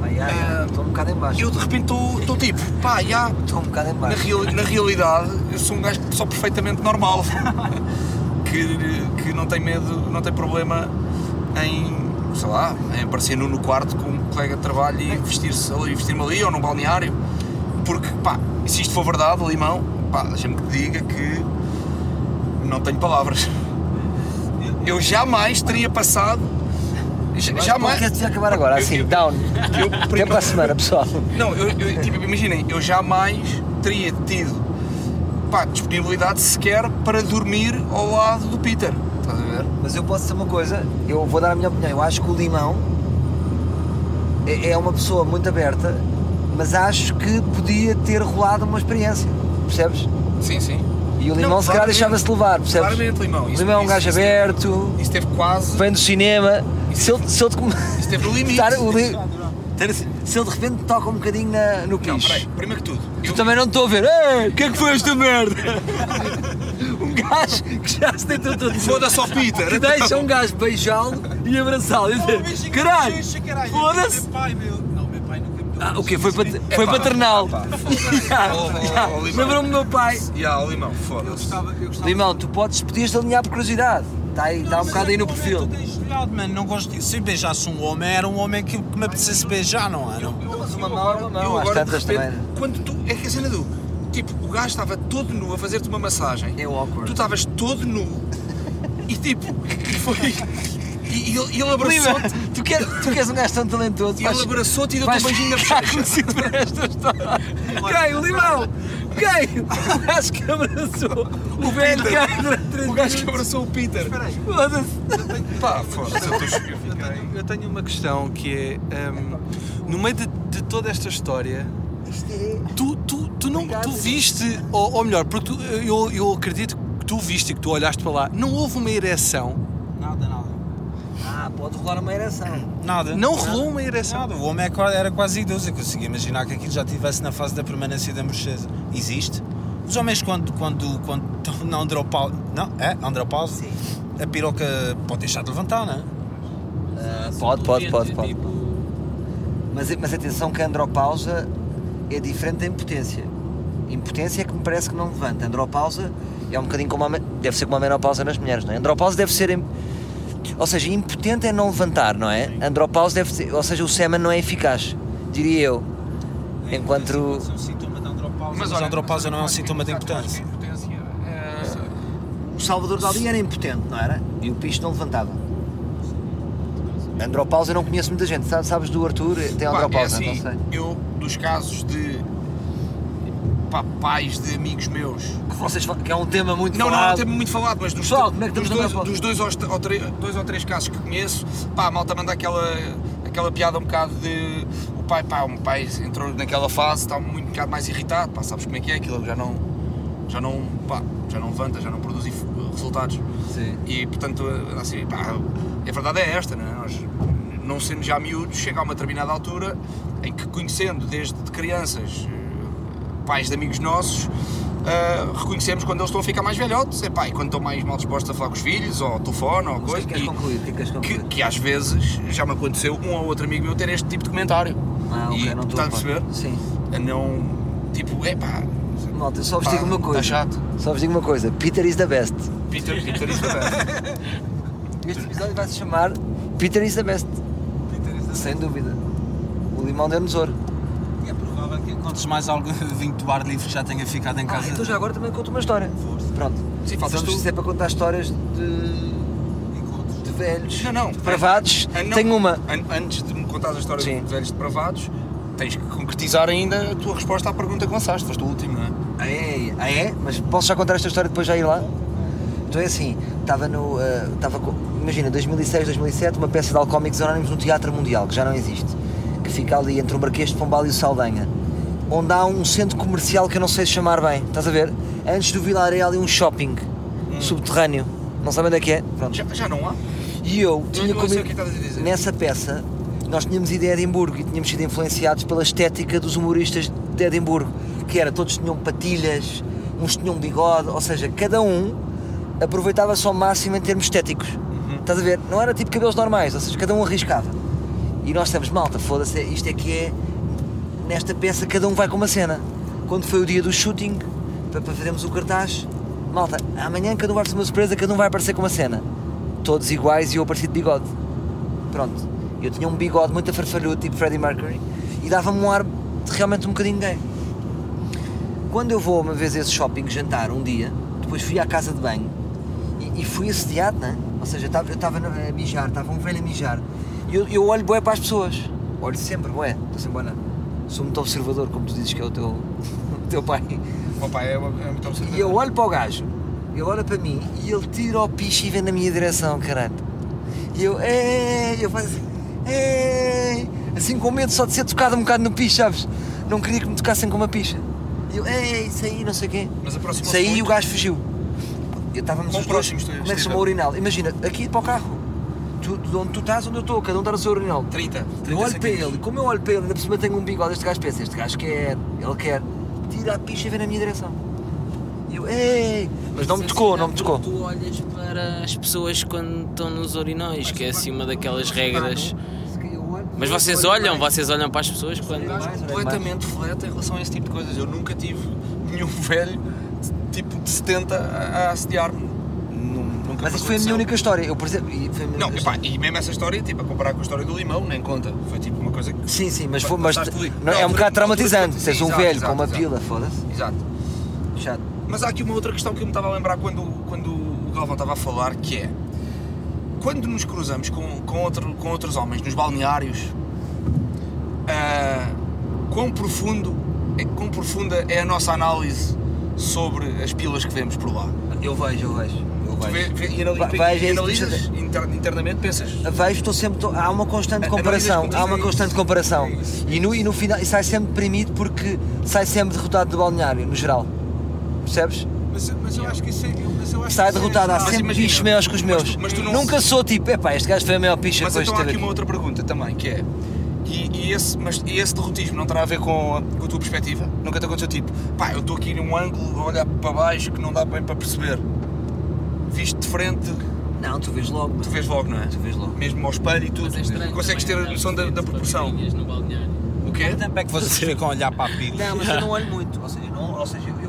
S1: Pá, já, já,
S2: Ah,
S1: Estou um bocado em baixo.
S2: eu de repente estou tipo, pá, já,
S1: Estou um bocado em
S2: na,
S1: baixo.
S2: reali- na realidade, eu sou um gajo só perfeitamente normal. que, que não tem medo, não tem problema em, sei lá, em aparecer nu no quarto com um colega de trabalho e vestir-se ali, vestir-me ali ou num balneário. Porque, pá, se isto for verdade, Limão, pá, deixa-me que te diga que não tenho palavras. Eu jamais teria passado. ja-
S1: Já mais.
S2: Jamais.
S1: Quer dizer acabar agora,
S2: Eu-
S1: assim,
S2: eu-
S1: down.
S2: eu-
S1: Até para a semana, pessoal.
S2: Não, eu, eu- tipo, imaginem, eu jamais teria tido pá, disponibilidade sequer para dormir ao lado do Peter. Estás a ver?
S1: Mas eu posso dizer uma coisa, eu vou dar a minha opinião. Eu acho que o Limão é, é uma pessoa muito aberta, mas acho que podia ter rolado uma experiência, percebes?
S2: Sim, sim.
S1: E o Limão
S2: Não,
S1: se calhar
S2: claramente.
S1: deixava-se levar, percebes?
S2: Claramente, Limão.
S1: O
S2: Isso-
S1: Limão é um
S2: isso-
S1: gajo
S2: isso-
S1: aberto,
S2: Isso teve quase.
S1: vem do cinema. Se ele, se ele te come-
S2: Isso teve no limite.
S1: estar o Li- ter- se ele de repente toca um bocadinho na- no
S2: Não,
S1: picho,
S2: peraí, primeiro que tudo.
S1: tu também não te estou a ver. Ei, o que é que foi esta merda? um gajo que já se deitou todo nu.
S2: Foda-se ao Peter! então.
S1: que deixa um gajo beijá-lo e abraçá-lo e dizer caralho, foda-se.
S3: Tá um
S1: Ah, o quê? Foi, pat foi
S2: Epá,
S1: paternal.
S2: pá,
S1: Já,
S2: Oh, oh,
S1: já.
S2: oh, Limão.
S1: Lembrou-me do meu pai.
S2: E há o Limão, foda-se.
S1: Limão, tu podes, podias alinhar por curiosidade. Está aí, está um
S3: é
S1: bocado aí no perfil.
S3: mano, não gosto disso. Se eu beijasse um homem, era um homem que que me apetecesse beijar, não era?
S1: Mas uma mão é uma
S2: Eu
S1: mão, às
S2: agora, de
S1: tantas
S2: repente,
S1: também.
S2: quando tu. É que a cena do. Tipo, o gajo estava todo nu a fazer-te uma massagem.
S1: É
S2: Tu
S1: awkward.
S2: estavas todo nu e tipo. Foi. E e ele, ele
S1: Lima,
S2: abraçou-te.
S1: tu, queres, tu queres um gajo tão talentoso.
S2: Ele abraçou-te e deu-te um beijinho na bochecha.
S1: Quem? O Limão! Quem? O gajo que abraçou o velho cara durante três
S2: O gajo que abraçou o Peter.
S1: Foda-se.
S2: Pá, foda-se, eu estou eu
S4: Eu
S2: fiquei-
S4: tenho, eu tenho uma questão que é hum, no meio de, de toda esta história tu, tu, tu não tu viste ou, ou melhor porque tu- eu, eu acredito que tu viste e que tu olhaste para lá, não houve uma ereção.
S3: Nada, nada.
S1: Ah, pode rolar uma ereção.
S3: Nada.
S4: Não rolou uma ereção.
S3: Nada. O homem é qua- era quase idoso. Eu conseguia imaginar que aquilo já estivesse na fase da permanência da morcheza. Existe. Os homens quando, quando, quando estão na andropausa. Não, é? Andropausa?
S1: Sim.
S3: A piroca pode deixar de levantar, não é?
S1: Pode, pode,
S5: Simplesmente,
S1: pode, pode.
S5: tipo,
S1: Mas, mas atenção que a andropausa é diferente da impotência. Impotência é que me parece que não levanta. Andropausa é um bocadinho como a, me- deve ser como a menopausa nas mulheres, não é? Andropausa deve ser. im- Ou seja, impotente é não levantar, não é? Andropausa deve ser. Ou seja, o sêmen não é eficaz, diria eu. Enquanto.
S3: Isso é um sintoma de andropausa. Mas,
S2: olha,
S3: a andropausa não é um
S2: acho que-
S3: sintoma de
S2: exato, eu acho que
S3: impotência.
S2: é impotência. É,
S1: O Salvador Dali era impotente, não era? E o picho não levantava. Andropausa eu não conheço muita gente. Sa- Sabes do Arthur? Tem
S2: Pá, é
S1: andropausa,
S2: assim,
S1: não sei.
S2: Eu, dos casos de pá, pais de amigos meus.
S1: Que, vocês, fa- que é um tema muito
S2: Não, não, não
S1: falado.
S2: temos muito falado, mas dos,
S1: Pessoal, como é que
S2: dos
S1: estamos na
S2: dois,
S1: minha
S2: dos dois, aos- ou tre- dois ou três casos que conheço, pá, a malta manda aquela, aquela piada um bocado de. O pai, pá, o meu pai entrou naquela fase, está muito um bocado mais irritado, pá, sabes como é que é aquilo, já não. Já não, pá, já não levanta, já não produz efe- resultados.
S1: Sim.
S2: E portanto, assim, pá, a verdade é esta, não é? Nós, não sendo já miúdos, chega a uma determinada altura em que, conhecendo desde de crianças eh, pais de amigos nossos, ah, reconhecemos quando eles estão a ficar mais velhotes, é pá, e quando estão mais mal dispostos a falar com os filhos, ou ao telefone, ou
S1: Mas O que é
S2: coisa.
S1: que queres
S2: e-
S1: concluir? O que é que queres concluir?
S2: que, que às vezes já me aconteceu um ou outro amigo meu ter este tipo de comentário.
S1: Ah, ok,
S2: e,
S1: não estou
S2: estás a perceber?
S1: Sim.
S2: A Não, tipo, é pá,
S1: Malta, só vos
S2: pá,
S1: digo uma coisa.
S2: Está chato.
S1: Só vos digo uma coisa. Peter is the best.
S2: Peter, Peter is the best.
S1: Este episódio vai se chamar Peter is the best. Sem dúvida. O limão deu-nos ouro.
S3: É provável que encontres mais algum vinho do ar livre que já tenha ficado em
S1: Ah,
S3: casa.
S1: então já agora também conto uma história. Pronto.
S2: Sim, faltas
S1: Vamos
S2: tu.
S1: dizer para contar histórias de, de velhos.
S2: Não, não.
S1: Depravados.
S2: Ah, não.
S1: Tenho uma.
S2: An- antes de me contar a história
S1: Sim.
S2: dos velhos depravados, tens que concretizar ainda a tua resposta à pergunta que lançaste. Foste o último, não é?
S1: Ah é? Ah é? Mas posso já contar esta história depois já ir lá? Então é assim, estava no. ah, estava co- imagina, 2006, 2007, uma peça de Alcomics Anónimos no Teatro Mundial, que já não existe, que fica ali entre o Marquês de Pombal e o Saldanha, onde há um centro comercial que eu não sei chamar bem, estás a ver? Antes do Vilaré há ali um shopping subterrâneo, não sabem onde é que é? Pronto.
S2: Já, já não há?
S1: E eu tinha
S2: não sei
S1: comigo.
S2: o que estás a dizer.
S1: Nessa peça, nós tínhamos ido a Edimburgo e tínhamos sido influenciados pela estética dos humoristas de Edimburgo, que era todos tinham patilhas, uns tinham bigode, ou seja, cada um aproveitava-se ao máximo em termos estéticos. Estás a ver? Não era tipo cabelos normais, ou seja, cada um arriscava. E nós estamos, malta, foda-se, isto é que é. Nesta peça, cada um vai com uma cena. Quando foi o dia do shooting, para, para fazermos o cartaz, malta, amanhã cada um vai fazer uma surpresa, cada um vai aparecer com uma cena. Todos iguais e eu apareci de bigode. Pronto. Eu tinha um bigode muito afarfalhudo, tipo Freddie Mercury, e dava-me um ar de realmente um bocadinho gay. Quando eu vou uma vez a esse shopping jantar, um dia, depois fui à casa de banho e, e fui assediado, né? Ou seja, eu estava- eu estava na- a mijar, estava um velho a mijar, e eu, eu olho bué para as pessoas. Olho sempre, bué, estou sempre, olha, sou muito observador, como tu dizes que é o teu, o teu pai.
S2: O pai é, é muito observador.
S1: E eu olho para o gajo, ele olha para mim e ele tira o picho e vem na minha direção, caralho. E eu, ei, eu faço assim, ei, assim com medo só de ser tocado um bocado no picho, sabes? Não queria que me tocassem com uma picha. E eu, ei, isso aí, não sei o quê.
S2: Mas aproximou-se
S1: Saí e
S2: muito.
S1: o gajo fugiu. Eu estávamos
S2: Quão
S1: os dois,
S2: próximos tu
S1: como é que se chama
S2: estiveram?
S1: o urinal? Imagina, aqui para o carro. Tu, de onde tu estás, onde eu estou, cada um está no seu urinal.
S2: 30. 30
S1: Eu olho para
S2: centímetros.
S1: ele, como eu olho para ele, ainda por cima tenho um bigode, este gajo pensa, este gajo quer, ele quer, tira a picha e vem na minha direção. E eu, ei! Mas não me tocou, não me tocou.
S5: assim Tu olhas para as pessoas quando estão nos urinóis, que é assim uma daquelas regras. Mas vocês olham, vocês olham para as pessoas quando.
S2: Eu acho completamente fleta em relação a esse tipo de coisas. Eu nunca tive nenhum velho de- tipo de 70 a a assediar-me. Nu- Nunca
S1: Mas
S2: me
S1: isto foi a minha
S2: aconteceu.
S1: única história, eu, por exemplo, e foi a minha
S2: Não,
S1: única
S2: epá,
S1: história.
S2: e mesmo essa história, tipo, a comparar com a história do limão, nem conta. Foi tipo uma coisa que.
S1: Sim, sim, mas,
S2: Pá,
S1: foi, mas
S2: passaste por-
S1: não,
S2: na
S1: é um
S2: altura-
S1: bocado traumatizante,
S2: Sim,
S1: seres um
S2: exato,
S1: velho
S2: exato,
S1: com uma
S2: exato.
S1: pila, foda-se,
S2: Exato.
S1: chato.
S2: Mas há aqui uma outra questão que eu me estava a lembrar quando, quando o Galvão estava a falar, que é quando nos cruzamos com, com, outro- com outros homens nos balneários, ah, quão profundo é- quão profunda é a nossa análise sobre as pilas que vemos por lá.
S1: Eu vejo, eu vejo, eu
S2: Tu vê,
S1: vejo.
S2: vê- e anali-
S1: Vai-
S2: e
S1: vais, é isso que
S2: analisas
S1: eu
S2: inter- internamente, pensas,
S1: Vejo, estou sempre, estou- há uma constante
S2: A-
S1: comparação,
S2: analisas
S1: há uma
S2: com-
S1: constante
S2: É
S1: comparação. E no, e no final, e sai sempre deprimido porque sai sempre derrotado do balneário, no geral. Percebes?
S6: Mas, mas eu acho que isso é. Mas eu acho
S1: Sai
S6: que isso é-
S1: derrotado, há
S6: Mas
S1: sempre
S2: imagina,
S1: bichos maiores que os
S2: mas
S1: meus.
S2: tu- mas tu não-
S1: Nunca sou tipo, epá, este gajo foi a maior picha
S2: Mas
S1: que eu
S2: então há
S1: esteve
S2: aqui
S1: aqui. um-
S2: uma outra pergunta também, que é. E, e esse, mas, e esse derrotismo não terá a ver com a, com a tua perspectiva? Nunca te aconteceu tipo, pá, eu estou aqui num ângulo a olhar para baixo que não dá bem para perceber. Viste de frente,
S1: Não, tu vês logo.
S2: tu vês logo, não é?
S1: Tu vês logo.
S2: Mesmo ao espelho e tudo,
S5: Mas é estranho
S2: consegues ter
S5: também
S2: a
S1: né?
S5: andar
S2: noção da,
S5: de
S2: da
S5: frente
S2: proporção.
S5: para caminhas no balneário.
S2: O quê?
S3: Tempo é que vocês ficam a olhar para a pila.
S1: Não, mas eu não olho muito. Ou seja, não, ou seja eu vejo.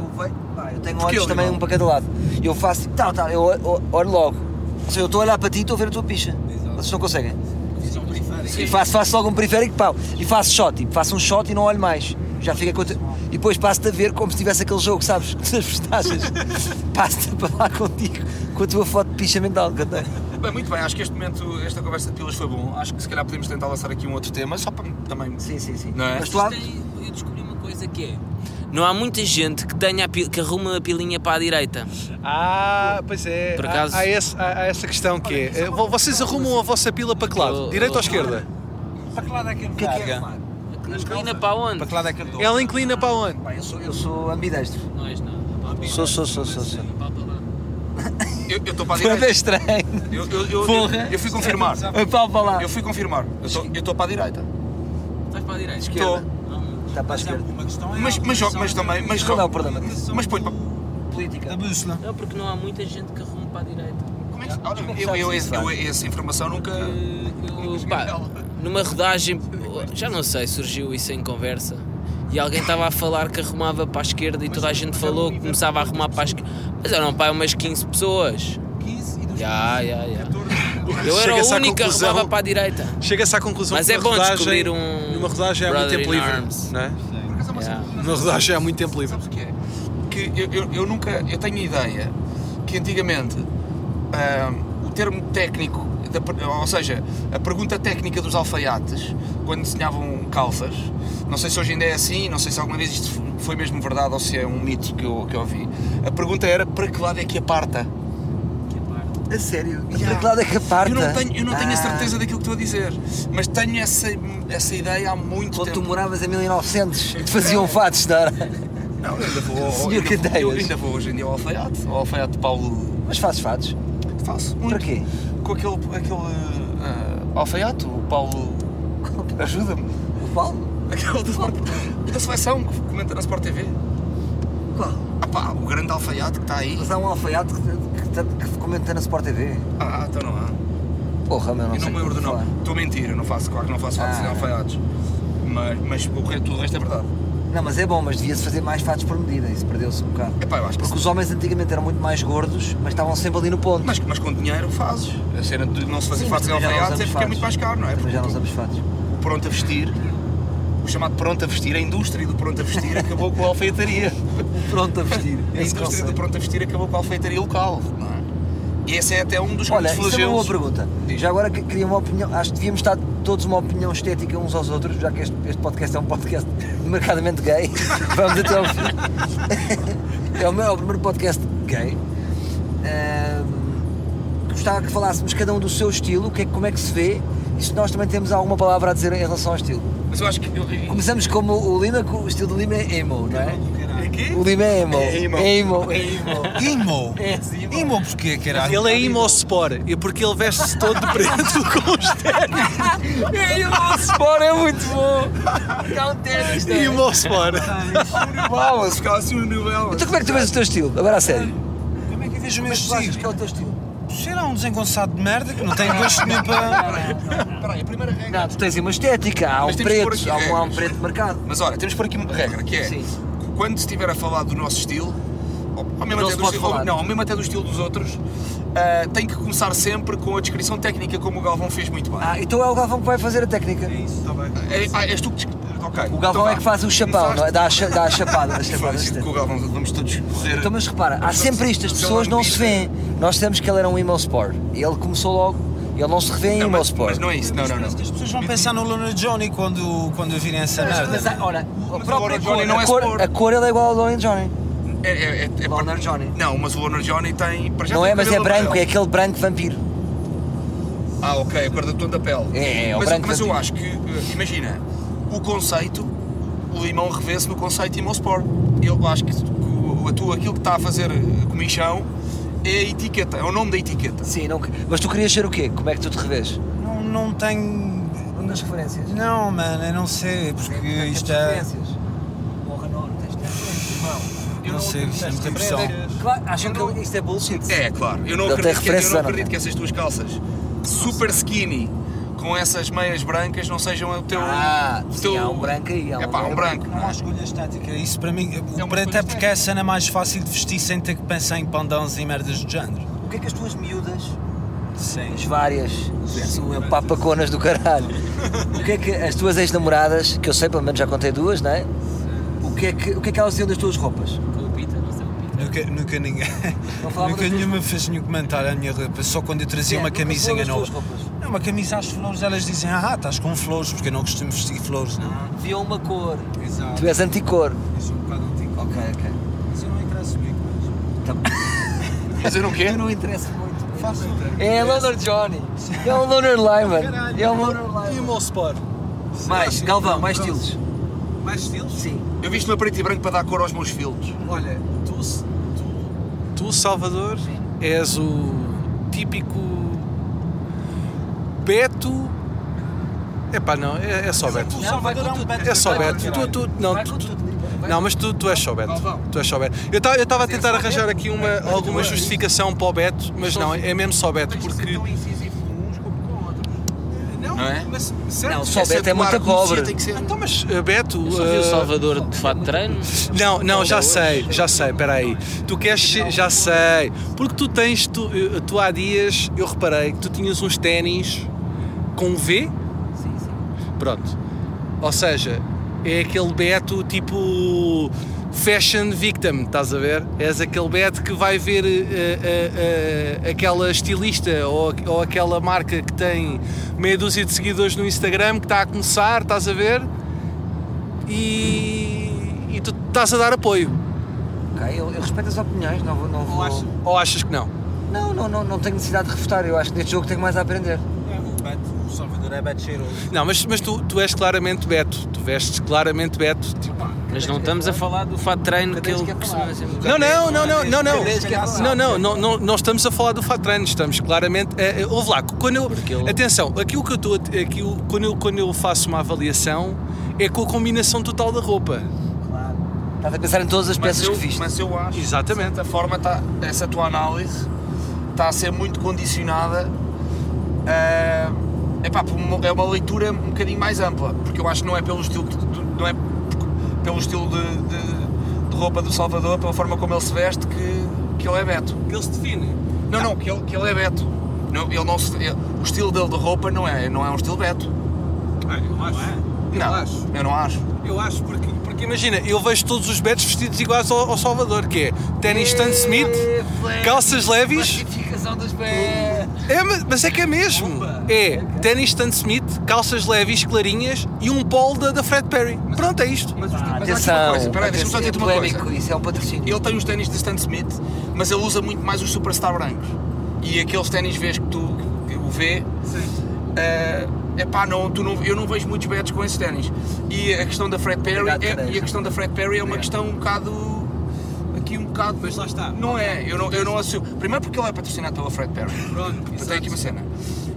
S1: Pá, eu tenho olhos
S2: eu,
S1: também
S2: irmão?
S1: um para cada lado. E eu faço tipo, tal, tal, eu olho, olho- olho logo. Ou seja, eu estou a olhar para ti e estou a ver a tua picha. Vocês não conseguem.
S2: é um
S1: E faço, faço logo um periférico pau. E faço shot, tipo, faço um shot e não olho mais. Já fica com. E depois passo-te a ver como se tivesse aquele jogo, sabes? Com as postagens. passo-te a falar contigo com a tua foto de picha mental que eu tenho.
S2: Bem, muito bem, acho que este momento, esta conversa de pilas foi bom. Acho que se calhar podemos tentar lançar aqui um outro tema, só para também.
S1: Sim, sim, sim.
S2: Não é?
S1: Mas tu há...
S5: Tem- Eu descobri uma coisa que é. Não há muita gente que, tenha a pi- que arruma a pilinha para a direita.
S4: Ah, pois é.
S5: Por
S4: Há-
S5: acaso-
S4: Há, esse- há- há essa questão que é. eh, Vocês arrumam a vossa pila para que lado?
S5: Eu-
S4: Direita ou
S5: eu-
S4: esquerda?
S3: Para que lado é que ele
S1: O que é que é?
S3: Para
S1: Omar?
S5: Inclina para onde?
S3: que lado é que ele
S4: Ela inclina para onde?
S1: Pá, eu sou, eu sou ambidestro.
S5: Não és nada.
S1: Sou, sou, sou, sou. sou.
S5: Palpa lá.
S2: Eu eu estou para a
S1: Foi até
S2: direita.
S1: estranho.
S2: Eu, eu, eu, eu,
S1: Porra.
S2: eu fui confirmar.
S1: Pá, para lá.
S2: Eu fui confirmar. Eu estou- Eu estou para a direita.
S5: Estás para a direita.
S2: Estou.
S1: Está Tá para a esquerda.
S3: Uma questão
S2: Mas,
S3: é a
S2: mas,
S3: utilização
S2: mas também. Mas,
S1: Qual é o problema?
S2: mas põe para.
S1: Política.
S3: da bússola.
S5: Não, porque não há muita gente que arruma para a direita. Eh,
S2: Como é que. Olha, eu, eu, essa- eu, essa informação nunca.
S5: Eu, pá, numa rodagem, já não sei, surgiu isso em conversa. E alguém estava a falar que arrumava para a esquerda e toda a gente falou que é um começava a arrumar para a esquerda. Mas eram pá, umas 15 pessoas.
S6: 15 e dos
S5: Já, já, já. Eu era
S4: Chega-se
S5: o
S4: à
S5: único que
S4: conclusão-
S5: arrumava para a direita.
S4: Chega-se à conclusão
S5: Mas
S4: que
S5: é
S4: uma
S5: bom
S4: rodagem,
S5: descobrir um
S4: Numa rodagem é há muito
S5: brother
S4: tempo
S5: in
S4: livre.
S5: arms.
S4: Não é?
S2: Por acaso é uma
S5: Yeah.
S2: cena-
S4: Numa rodagem há muito tempo livre.
S2: Sabes o que é? Que eu, eu, eu nunca. Eu tenho a ideia que antigamente ahm, o termo técnico, da per- ou seja, a pergunta técnica dos alfaiates quando desenhavam calças, não sei se hoje ainda é assim, não sei se alguma vez isto foi mesmo verdade ou se é um mito que eu, que eu ouvi. A pergunta era para que lado é que aparta?
S1: A sério?
S2: Yeah.
S1: Para que lado é que aparta?
S2: Eu não tenho, eu não tenho a
S1: Ah,
S2: certeza daquilo que estou a dizer, mas tenho essa, essa ideia há muito
S1: Quando tu
S2: tempo.
S1: moravas em 1900, te faziam fatos, não era?
S2: Não, eu ainda vou, ao-
S1: Senhor
S2: ainda vou-
S1: Candeias.
S2: eu ainda vou hoje em dia ao alfaiate, ao alfaiate de Paulo.
S1: Mas fazes fatos?
S2: Faço muito.
S1: Para quê?
S2: Com aquele, aquele ah, alfaiate, o Paulo. Ajuda-me.
S1: O Paulo?
S2: Aquele do Sport, da seleção que comenta na Sport TV.
S1: Qual?
S2: Ah pá, o grande alfaiate que está aí.
S1: Mas há um alfaiate que, que, que comenta na Sport TV.
S2: Ah, então não há.
S1: Porra, meu, não
S2: eu
S1: sei é
S2: não me
S1: o que
S2: lembro do
S1: falar.
S2: nome. Estou a mentir, eu não faço, claro que não faço fatos
S1: Ah.
S2: de alfaiates. Mas, mas o resto- tudo o resto é verdade.
S1: Não, mas é bom, mas devia-se fazer mais fatos por medida, isso perdeu-se um bocado.
S2: Epá, eu acho que
S1: Porque os homens antigamente eram muito mais gordos, mas estavam sempre ali no ponto.
S2: Mas, mas com dinheiro fazes. A cena de não se fazer
S1: Sim, mas
S2: fatos em
S1: também já não
S2: alfaiates é
S1: usamos
S2: porque é muito mais
S1: fatos.
S2: caro, não é?
S1: Também já não
S2: Porque
S1: usamos fatos.
S2: o pronto a vestir, o chamado pronto a vestir, a indústria do pronto a vestir acabou com a alfaiataria.
S1: Pronto a vestir.
S2: A
S1: esse
S2: indústria do
S1: conceito.
S2: pronto a vestir acabou com a alfaiataria local, não é? E esse é até um dos
S1: Olha,
S2: grandes
S1: isso é uma boa
S2: flagelos.
S1: pergunta.
S2: Diz.
S1: Já agora que- queria uma opinião, acho que devíamos estar todos uma opinião estética uns aos outros, já que este, este podcast é um podcast marcadamente gay. Vamos até ao fim. É o meu primeiro podcast gay. Ahm, gostava que falássemos cada um do seu estilo, o que é, como é que se vê e se nós também temos alguma palavra a dizer em relação ao estilo.
S2: Mas eu acho que. eu-
S1: Começamos como o Lima, que o estilo do Lima é emo, não é?
S2: Aqui?
S1: O Lima é emo.
S2: É emo.
S1: emo. É emo.
S3: Imo!
S1: É, sim, emo.
S3: Imo porquê, caralho?
S4: Ele é imospor, e porque ele veste-se todo de preto com os
S1: É emo. Sport é muito bom. Cá um ténis, não é?
S4: imospor.
S2: Uau, se ficar assim no nível.
S1: Então como é que tu vês o teu estilo? Agora a sério.
S3: Como é que vês o meu
S1: Mas tu achas que é
S3: estilo?
S1: o teu estilo?
S3: Será um desengonçado de merda que não tem gosto nenhum para...
S2: Espera aí, a primeira regra.
S1: Não, tu tens uma estética, há um
S2: Mas temos que pôr
S1: preto,
S2: aqui
S1: há um, há um
S2: regras.
S1: preto marcado.
S2: Mas olha, temos por aqui uma regra que é.
S1: Sim.
S2: Quando se estiver a falar do nosso estilo, ou, ou mesmo,
S1: Não
S2: até
S1: se
S2: do
S1: pode
S2: estilo,
S1: falar.
S2: ou- não, ou mesmo até do estilo dos outros, ah, tem que começar sempre com a descrição técnica, como o Galvão fez muito bem.
S1: Ah, então é o Galvão que vai fazer a técnica.
S2: É, ah, és tu que. des- Ok. Então
S1: O Galvão é que faz o chapão, não é? Dá a, cha- dá a chapada, dá a chapada. da
S2: Com
S1: estética.
S2: o Galvão, vamos todos correr.
S1: Então, mas repara, há
S2: Vamos
S1: sempre
S2: todos-
S1: isto, as
S2: vamos
S1: pessoas
S2: lá no
S1: não se
S2: bicho.
S1: veem. Nós dissemos que ele era um emo sport. E ele começou logo, ele não se revê em
S2: Não,
S1: emo
S2: mas,
S1: sport.
S2: mas não é isso, não, não, não.
S3: As pessoas vão pensar no Luna Johnny quando, quando virem essa merda.
S1: Mas, olha, a
S2: o
S1: própria
S2: Lorna Johnny não
S1: cor, a
S2: é
S1: cor,
S2: sport.
S1: a cor ele é igual ao Lorna Johnny.
S2: É, é, é, é-
S1: Loner Johnny.
S2: Não, mas o Loner Johnny tem. para já
S1: Não
S2: tem
S1: é, mas é
S2: cabelo
S1: branco, é
S2: amarelo.
S1: aquele branco vampiro.
S2: Ah, ok, a cor da tom da pele.
S1: É, é, o
S2: mas,
S1: branco
S2: Mas eu
S1: vampiro.
S2: acho que, eh, imagina, o conceito, o limão revê-se no conceito Imosport. Eu acho que, que o o- a tua, aquilo que está a fazer eh, comichão é a etiqueta, é o nome da etiqueta.
S1: Sim, não... que- mas tu querias ser o quê? Como é que tu te revês?
S3: Não, não tenho.
S1: Uma das referências.
S3: Não, mano, eu não sei, porque isto é.
S1: Porra, não, tens de ter referências, irmão.
S2: Eu
S3: Não sei, isto é muita impressão.
S1: Claro, acham que isto é bullshit.
S2: É, claro. Eu não,
S1: Ele tem
S2: acredito, que, eu
S1: referências
S2: não
S1: ou não tem?
S2: acredito que essas tuas calças super skinny com essas meias brancas não sejam o teu.
S1: Ah,
S2: o
S1: sim,
S2: teu...
S1: há um branco aí, há
S2: É
S1: um
S2: pá, um branco.
S3: Não há escolha estática. Isso para mim,
S2: É
S3: o
S2: uma
S3: preto
S2: escolha
S3: é porque é a cena mais fácil de vestir sem ter que pensar em pandãos e merdas do género.
S1: O que é que as tuas miúdas,
S3: Sim.
S1: as várias, são papaconas do caralho, o que é que as tuas ex-namoradas, que eu sei, pelo menos já contei duas, não é? O que é que, o que, é que elas diziam das tuas roupas?
S5: Com o Pita, não sei o Pita.
S3: Nunca, nunca ninguém.
S1: Não falava
S3: Nunca
S1: das tuas
S3: nenhuma fez nenhum comentário à minha roupa, só quando eu trazia
S1: É,
S3: uma
S1: nunca
S3: camisinha
S1: foram
S3: nova.
S1: as tuas roupas.
S3: Não, uma camisa às flores, elas dizem, ah, estás com flores, porque eu não costumo vestir flores, não.
S1: Viam uma cor.
S3: Exato.
S1: Tu és anticor.
S3: És um bocado antigo.
S1: Ok, ok.
S3: Mas eu
S2: Fazer
S3: não interesso muito, mas.
S2: o quê?
S1: Eu não interessa muito.
S3: Faço
S1: É Loner Johnny. É o Loner Lyman. É o Loner
S6: E o
S1: Lyman.
S6: meu sport?
S1: Mais, Galvão, mais estilos.
S6: Mais estilos?
S1: Sim.
S2: Eu visto-me a preto e branco para dar cor aos meus filhos.
S6: Olha, tu, se-
S4: Tu, Salvador, és o típico Beto. Epá, não, é, é só Beto.
S1: Não, vai
S3: um
S1: com tudo.
S4: É só
S1: Vai com
S4: Beto.
S1: tudo.
S4: Tu, tu, não,
S1: Vai
S4: tu-
S1: com tudo.
S4: não, mas tu, tu és só Beto. Tu és só Beto. Eu estava a tentar arranjar aqui uma, alguma justificação para o Beto, mas não, é mesmo só Beto, porque.
S2: incisivo com uns como com outros.
S6: Não,
S2: Não é?
S6: mas certo?
S1: Não, só Beto é muita cobra.
S2: cobra. Tem que ser.
S4: Então, mas eh, Beto.
S5: Eu só vi o
S4: eh,
S5: Salvador de fato de treino.
S4: Não, não, já sei, já sei, espera aí. Tu queres, ser- já sei, porque tu tens, tu, eh, tu há dias, eu reparei que tu tinhas uns ténis com V. Sim, sim. Pronto. Ou seja, é aquele Beto tipo fashion victim, estás a ver? És aquele Beto que vai ver eh, eh, eh, aquela estilista ou, ou aquela marca que tem meia dúzia de seguidores no Instagram que está a começar, estás a ver? e, e tu estás a dar apoio.
S1: Ok, eu, eu respeito as opiniões, não vou. Não, vou...
S6: acho-
S4: Ou achas que não?
S1: não, não, não, não tenho necessidade de refutar. Eu acho que neste jogo tenho mais a aprender.
S6: É, o Beto, o Salvador é Beto cheiroso.
S4: Não, mas, mas tu, tu és claramente Beto. Tu vestes claramente Beto. Tipo,
S5: Mas não estamos a falar do fato de treino que
S2: é
S5: ele costuma ser.
S4: não, não, não, não, não, não.
S1: Cadê que é
S4: Não, não, não, não, não estamos a falar do fato de treino, estamos claramente. É, é, ouve lá, quando eu.
S5: ele-
S4: Atenção, aquilo que eu estou. a- aquilo- Quando eu, quando eu faço uma avaliação é com a combinação total da roupa.
S1: Estás a pensar em todas as
S2: Mas
S1: peças
S2: eu,
S1: que viste.
S2: mas eu acho.
S4: Exatamente.
S2: De certa forma, tá, essa tua análise está a ser muito condicionada. ah, epá, por uma- é uma leitura um bocadinho mais ampla, porque eu acho que não é pelo estilo, de- de- não é por- pelo estilo de, de- de roupa do Salvador, pela forma como ele se veste, que, que ele é Beto.
S4: Que ele se define.
S2: Não, não, que ele, que ele é Beto. Não, ele não se- ele- o estilo dele de roupa não é, não é um estilo Beto.
S4: Ah,
S6: eu acho.
S2: não, eu não acho.
S4: é? Eu acho porque. Porque imagina, eu vejo todos os Betos vestidos iguais ao, ao Salvador, que é ténis Stan
S1: É,
S4: Smith, calças levis.
S1: Classificação dos pés.
S4: É, mas mas é que é mesmo. É ténis Stan Smith, calças leves clarinhas e um polo da, da Fred Perry. Pronto, é isto.
S2: Mas acho uma
S1: Atenção.
S2: coisa, peraí, deixa-me só
S1: atenção,
S2: dizer-te
S1: é
S2: uma
S1: polémico,
S2: coisa.
S1: Isso é um patrocínio.
S2: Ele tem os ténis de Stan Smith, mas ele usa muito mais os Superstar brancos. E aqueles ténis vês que tu que o vê. eh, epá, não, tu não, eu não vejo muitos betos com esses ténis. E a questão da Fred Perry,
S1: Obrigado,
S2: é-
S1: Teresa.
S2: e a questão da Fred Perry é uma questão um bocado aqui um bocado,
S6: Mas lá está.
S2: Não é, eu não, eu não assumo. Primeiro porque ele é patrocinado pela Fred Perry.
S6: Pronto,
S2: Para ter
S6: exato.
S2: aqui uma cena.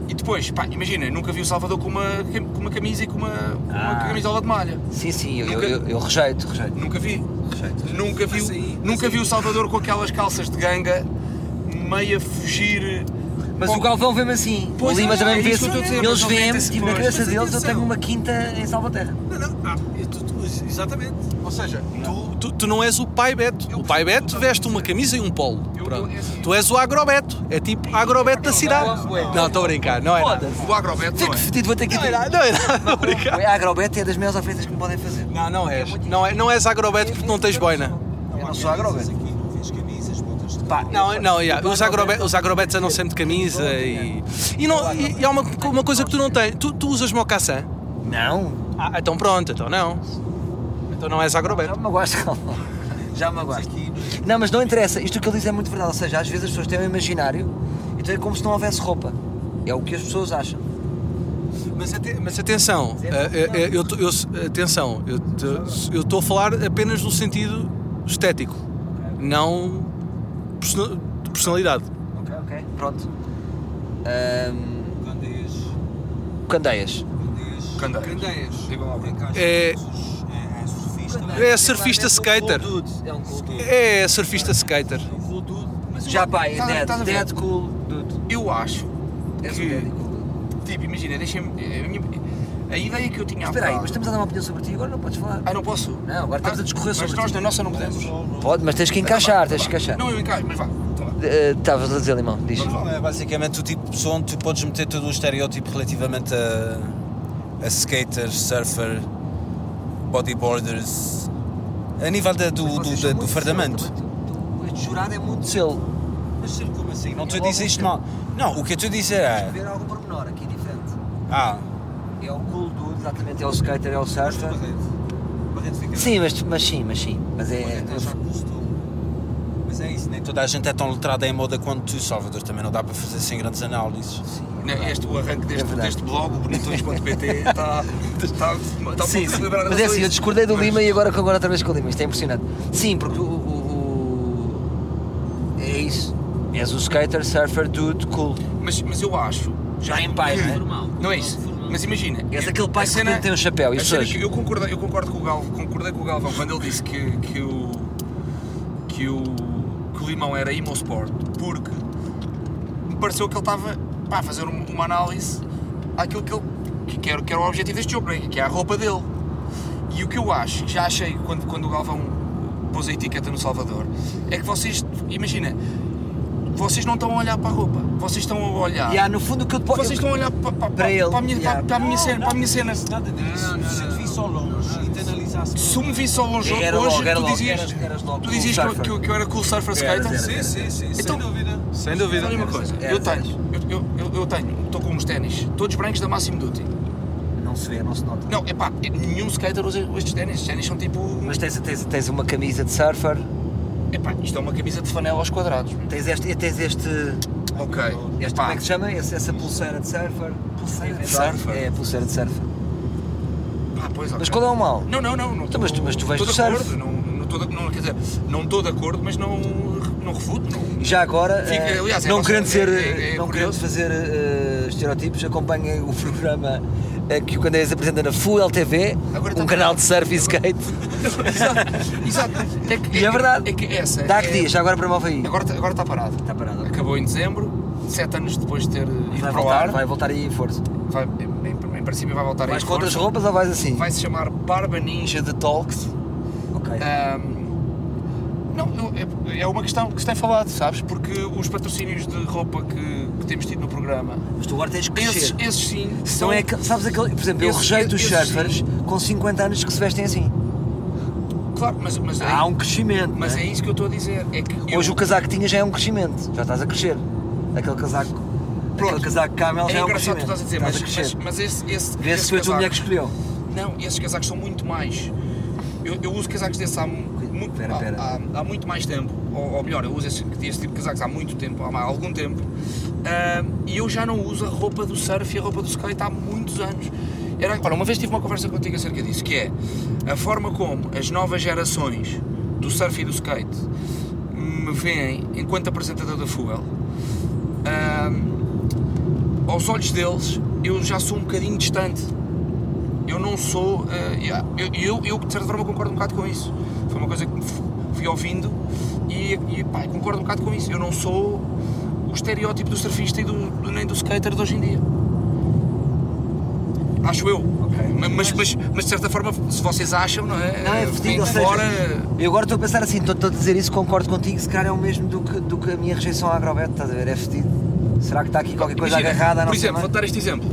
S2: E depois, pá, imagina, nunca vi o Salvador com uma, com uma camisa e com uma, com uma
S1: Ah.
S2: camisola de malha.
S1: Sim, sim, eu,
S2: Nunca-
S1: eu- eu rejeito, rejeito.
S2: Nunca vi. Nunca vi,
S6: Mas aí-
S2: nunca vi o Salvador com aquelas calças de ganga, meio a fugir.
S1: Mas
S2: Bom,
S1: o Galvão vê-me assim.
S2: Pois
S1: o Lima
S2: é,
S1: também
S2: é
S1: vê
S2: isso que eu estou a dizer,
S1: Eles
S2: mas ele
S1: vêem-me
S2: mete-se
S1: e na
S2: depois.
S1: cabeça
S6: Mas
S1: deles eu
S6: atenção.
S1: tenho uma quinta em Salvaterra.
S6: Não, não, ah, tu, tu, exatamente. Ou seja,
S4: Tu, tu, tu não és o pai Beto. O pai Beto veste uma camisa e um polo. Pronto. Tu és o agrobeto. É tipo agrobeto da cidade. assim. Não, estou a brincar. Não é nada.
S2: O Agrobeto
S1: Fico
S2: não é.
S1: fedido, vou ter que
S4: Não é nada. Não é nada. Estou a brincar.
S1: A Agrobet é das melhores ofertas que me podem fazer.
S4: Não, não és. Não, é, não és agrobeto porque não tens boina.
S1: Eu não sou Agrobet.
S6: aqui não vês camisas, botas de
S1: Pá,
S4: Não, é, não, yeah. os, agrobe os agrobetos andam sempre de camisa e. E, não, e, e há uma, uma coisa que tu não tens. Tu, tu usas mocassin?
S1: Não.
S4: Ah, então pronto, então não. Então não és
S1: Já
S4: agrobeto.
S1: me gosto, Galvão. Já me gosto. Não, é? mas não interessa. Isto que ele diz é muito verdade. Ou seja, às vezes as pessoas têm um imaginário então é como se não houvesse roupa. É o que as pessoas acham.
S4: Mas, aten- mas atenção, eh, eh, eu, tô- eu- atenção, eu estou a falar apenas no sentido estético. não persona- de personalidade.
S1: Ok, ok. Pronto. Ahm,
S3: Candeias.
S1: Candeias.
S2: Candeias.
S3: Candeias.
S2: Digam lá, Bruno.
S4: É-
S3: É surfista.
S4: É surfista skater.
S1: É um cool dude.
S4: É surfista skater.
S1: Já pá, é
S2: Estás a-
S1: dead.
S2: estás a ver?
S1: Dead cool dude.
S2: Eu acho
S1: És um
S2: tá, que-
S1: dead cool dude.
S2: Tipo, imagina, deixa-me. A, minha- a ideia que eu tinha há
S1: Espera aí, mas
S2: bocado-
S1: estamos a dar uma opinião sobre ti, agora não podes falar.
S2: Ah, não posso?
S1: Não, agora estamos
S2: Ah,
S1: a discorrer sobre
S2: Mas nós
S1: ti.
S2: na nossa não podemos.
S1: Pode, mas tens que encaixar, tens que encaixar.
S2: Não, eu encaixo, mas vá. Então vá.
S1: Eh, Estavas a dizer, Limão, diz.
S2: Vamos lá.
S3: É basicamente o tipo de pessoa onde tu podes meter todo um estereótipo relativamente a, a skaters, surfer, bodyboarders, a nível da- do, do,
S1: Vocês
S3: da-
S1: são
S3: do
S1: muito
S3: fardamento.
S1: selo, também. Este jurado é muito selo.
S3: Mas como assim? Não estou a
S1: Logo
S3: dizer isto
S1: um
S3: mal. Não, o que eu estou a dizer é.
S1: Ver algum pormenor aqui diferente.
S3: Ah,
S1: É o cool dude, exatamente, é o skater, é o surfer. Sim, mas, mas sim, mas sim. Mas é.
S2: então,
S3: mas é isso, nem toda a gente é tão letrada em moda quanto tu, Salvador. Também não dá para fazer sem grandes análises.
S2: Né, Este, o arranque deste,
S1: É verdade.
S2: deste blog, o bonitões.pt, está, está, está
S1: Sim,
S2: pouco
S1: sim. Mas
S2: equilibrado em
S1: é
S2: relação tá,
S1: assim,
S2: a
S1: eu
S2: Então, isso.
S1: discordei do
S2: Mas-
S1: Lima e agora agora outra vez com o Lima. Isto é impressionante. Sim, porque o. o- o- é isso. És o skater, surfer, dude, cool.
S2: Mas, mas eu acho. Já
S1: em pai, não é?
S2: Formal. Não é isso. Mas imagina.
S1: És
S2: eu-
S1: aquele É pai
S2: a
S1: que de
S2: cena-
S1: repente tem um chapéu. E
S2: a
S1: os
S2: cena
S1: seus?
S2: que eu, concordo, eu concordo com o Galvão, concordei com o Galvão quando ele disse que, que, o, que, o, que o Limão era emo sport, porque me pareceu que ele estava pá, a fazer um- uma análise àquilo que, ele, que, que, era, que era o objetivo deste jogo, né? que é a roupa dele. E o que eu acho, que já achei quando, quando o Galvão pôs a etiqueta no Salvador, é que vocês, imagina, vocês não estão a olhar para a roupa, vocês estão a olhar.
S1: E há, no fundo, o que eu te posso.
S2: Ah. Vocês estão a olhar para, para,
S1: Para ele,
S2: a minha,
S1: yeah.
S2: para, para a minha cena, para a minha cena.
S3: Nada disso. Se te visse ao longe e te analisasse.
S2: Se tu me visse ao longe
S1: Era
S2: hoje,
S1: logo, era
S2: tu
S1: logo,
S2: dizias,
S1: eras- eras logo
S2: tu
S1: cool
S2: dizias que, eu-
S1: surfer.
S2: que eu- que eu era cool surfer
S1: Eras,
S2: skater.
S1: eras, eras.
S3: sim,
S2: Então-
S3: dúvida.
S4: Sem
S2: Olha
S4: dúvida.
S2: uma coisa,
S1: Eras,
S2: eu
S1: eras.
S2: tenho, eu, eu, eu tenho, estou com uns ténis, todos brancos da Máximo Duty.
S1: Não se vê, não se nota.
S2: Não, é pá, nenhum skater usa estes ténis, estes ténis são tipo,
S1: Mas tens, tens, tens uma camisa de surfer,
S2: é pá, isto é uma camisa de flanela aos quadrados.
S1: tens este. Tens este
S2: Ok,
S1: Este,
S2: pá,
S1: como é que se chama? Esse- essa pulseira de surfer? Pulseira
S2: de surfer?
S1: É, pulseira de surfer.
S2: pá, pois,
S1: Mas
S2: ok.
S1: qual é o mal?
S2: Não, não, não, não
S1: Então, mas tu- mas tu vais
S2: estou de
S1: do surf.
S2: acordo, não, não, estou de- não, quer dizer, não estou de acordo, mas não, não refuto, não.
S1: Já agora,
S2: Fica-
S1: eh,
S2: aliás, é
S1: não
S2: nossa-
S1: querendo ser,
S2: é- é- é
S1: não querendo
S2: curioso.
S1: fazer eh, estereótipos, acompanhem o programa eh, que o Candeias apresenta na Full TV,
S2: Agora tá-
S1: um
S2: também-
S1: canal de surf e skate.
S2: Exato, exato.
S1: E
S2: É, que,
S1: é
S2: que-
S1: verdade.
S2: É que essa.
S1: Dá que
S2: é-
S1: dias, já agora promove aí.
S2: Agora está agora tá parado.
S1: Está parado. ok.
S2: Acabou em dezembro, sete anos depois de ter ido
S1: Vai
S2: para
S1: voltar,
S2: o ar.
S1: vai voltar aí em força.
S2: Vai, em, em princípio vai voltar
S1: Vais
S2: em
S1: com outras
S2: força.
S1: roupas ou vais assim?
S2: Vai se chamar Barba Ninja de Talks.
S1: Ok.
S2: Ah. Ahm, não, não, é, é uma questão que se tem falado, sabes? Porque os patrocínios de roupa que, que temos tido no programa,
S1: Mas tu agora tens que
S2: esses,
S1: crescer.
S2: esses sim.
S1: São é aquele- sabes aquele, por exemplo, eu
S2: Esse-
S1: rejeito os
S2: esse
S1: surfers com 50 anos que se vestem assim.
S2: Claro, mas, mas, é,
S1: Há um crescimento.
S2: mas
S1: não é?
S2: é isso que eu estou a dizer. É que eu-
S1: Hoje o casaco que tinha já é um crescimento, já estás a crescer. Aquele casaco, aquele casaco camel já
S2: é
S1: é um
S2: engraçado o que
S1: crescimento.
S2: tu estás a dizer, mas, mas,
S1: crescer.
S2: mas esse. esse
S1: Vê se
S2: esse
S1: foi a tua
S2: casaco-
S1: mulher que escolheu.
S2: Não, esses casacos são muito mais. Eu, eu uso casacos desses há, mu- muito,
S1: Pera,
S2: há-
S1: pera.
S2: Há, há muito mais tempo. Ou, ou melhor, eu uso esse, esse tipo de casacos há muito tempo, há algum tempo. Ah, e eu já não uso a roupa do surf e a roupa do skate há muitos anos. Era, olha, uma vez tive uma conversa contigo acerca disso, que é a forma como as novas gerações do surf e do skate me veem enquanto apresentador da Fuel. Ah, aos olhos deles, eu já sou um bocadinho distante. Eu não sou. eh, eu, eu, eu, de certa forma, concordo um bocado com isso. Foi uma coisa que me f- fui ouvindo e, e, pá, concordo um bocado com isso. Eu não sou o estereótipo do surfista e do, do- nem do skater de hoje em dia. Acho eu. Ma- Mas, mas, mas, de certa forma, se vocês acham, não é?
S1: Não, é
S2: Eh,
S1: fedido,
S2: vêm
S1: ou
S2: de
S1: seja,
S2: fora.
S1: eu agora estou a pensar assim, estou estou a dizer isso, concordo contigo, se calhar é o mesmo do que, do que a minha rejeição à Agrobet, estás a ver, é fedido. Será que está aqui qualquer coisa
S2: Imagina,
S1: agarrada? à
S2: Por
S1: nossa
S2: exemplo,
S1: mão?
S2: vou-te dar este exemplo.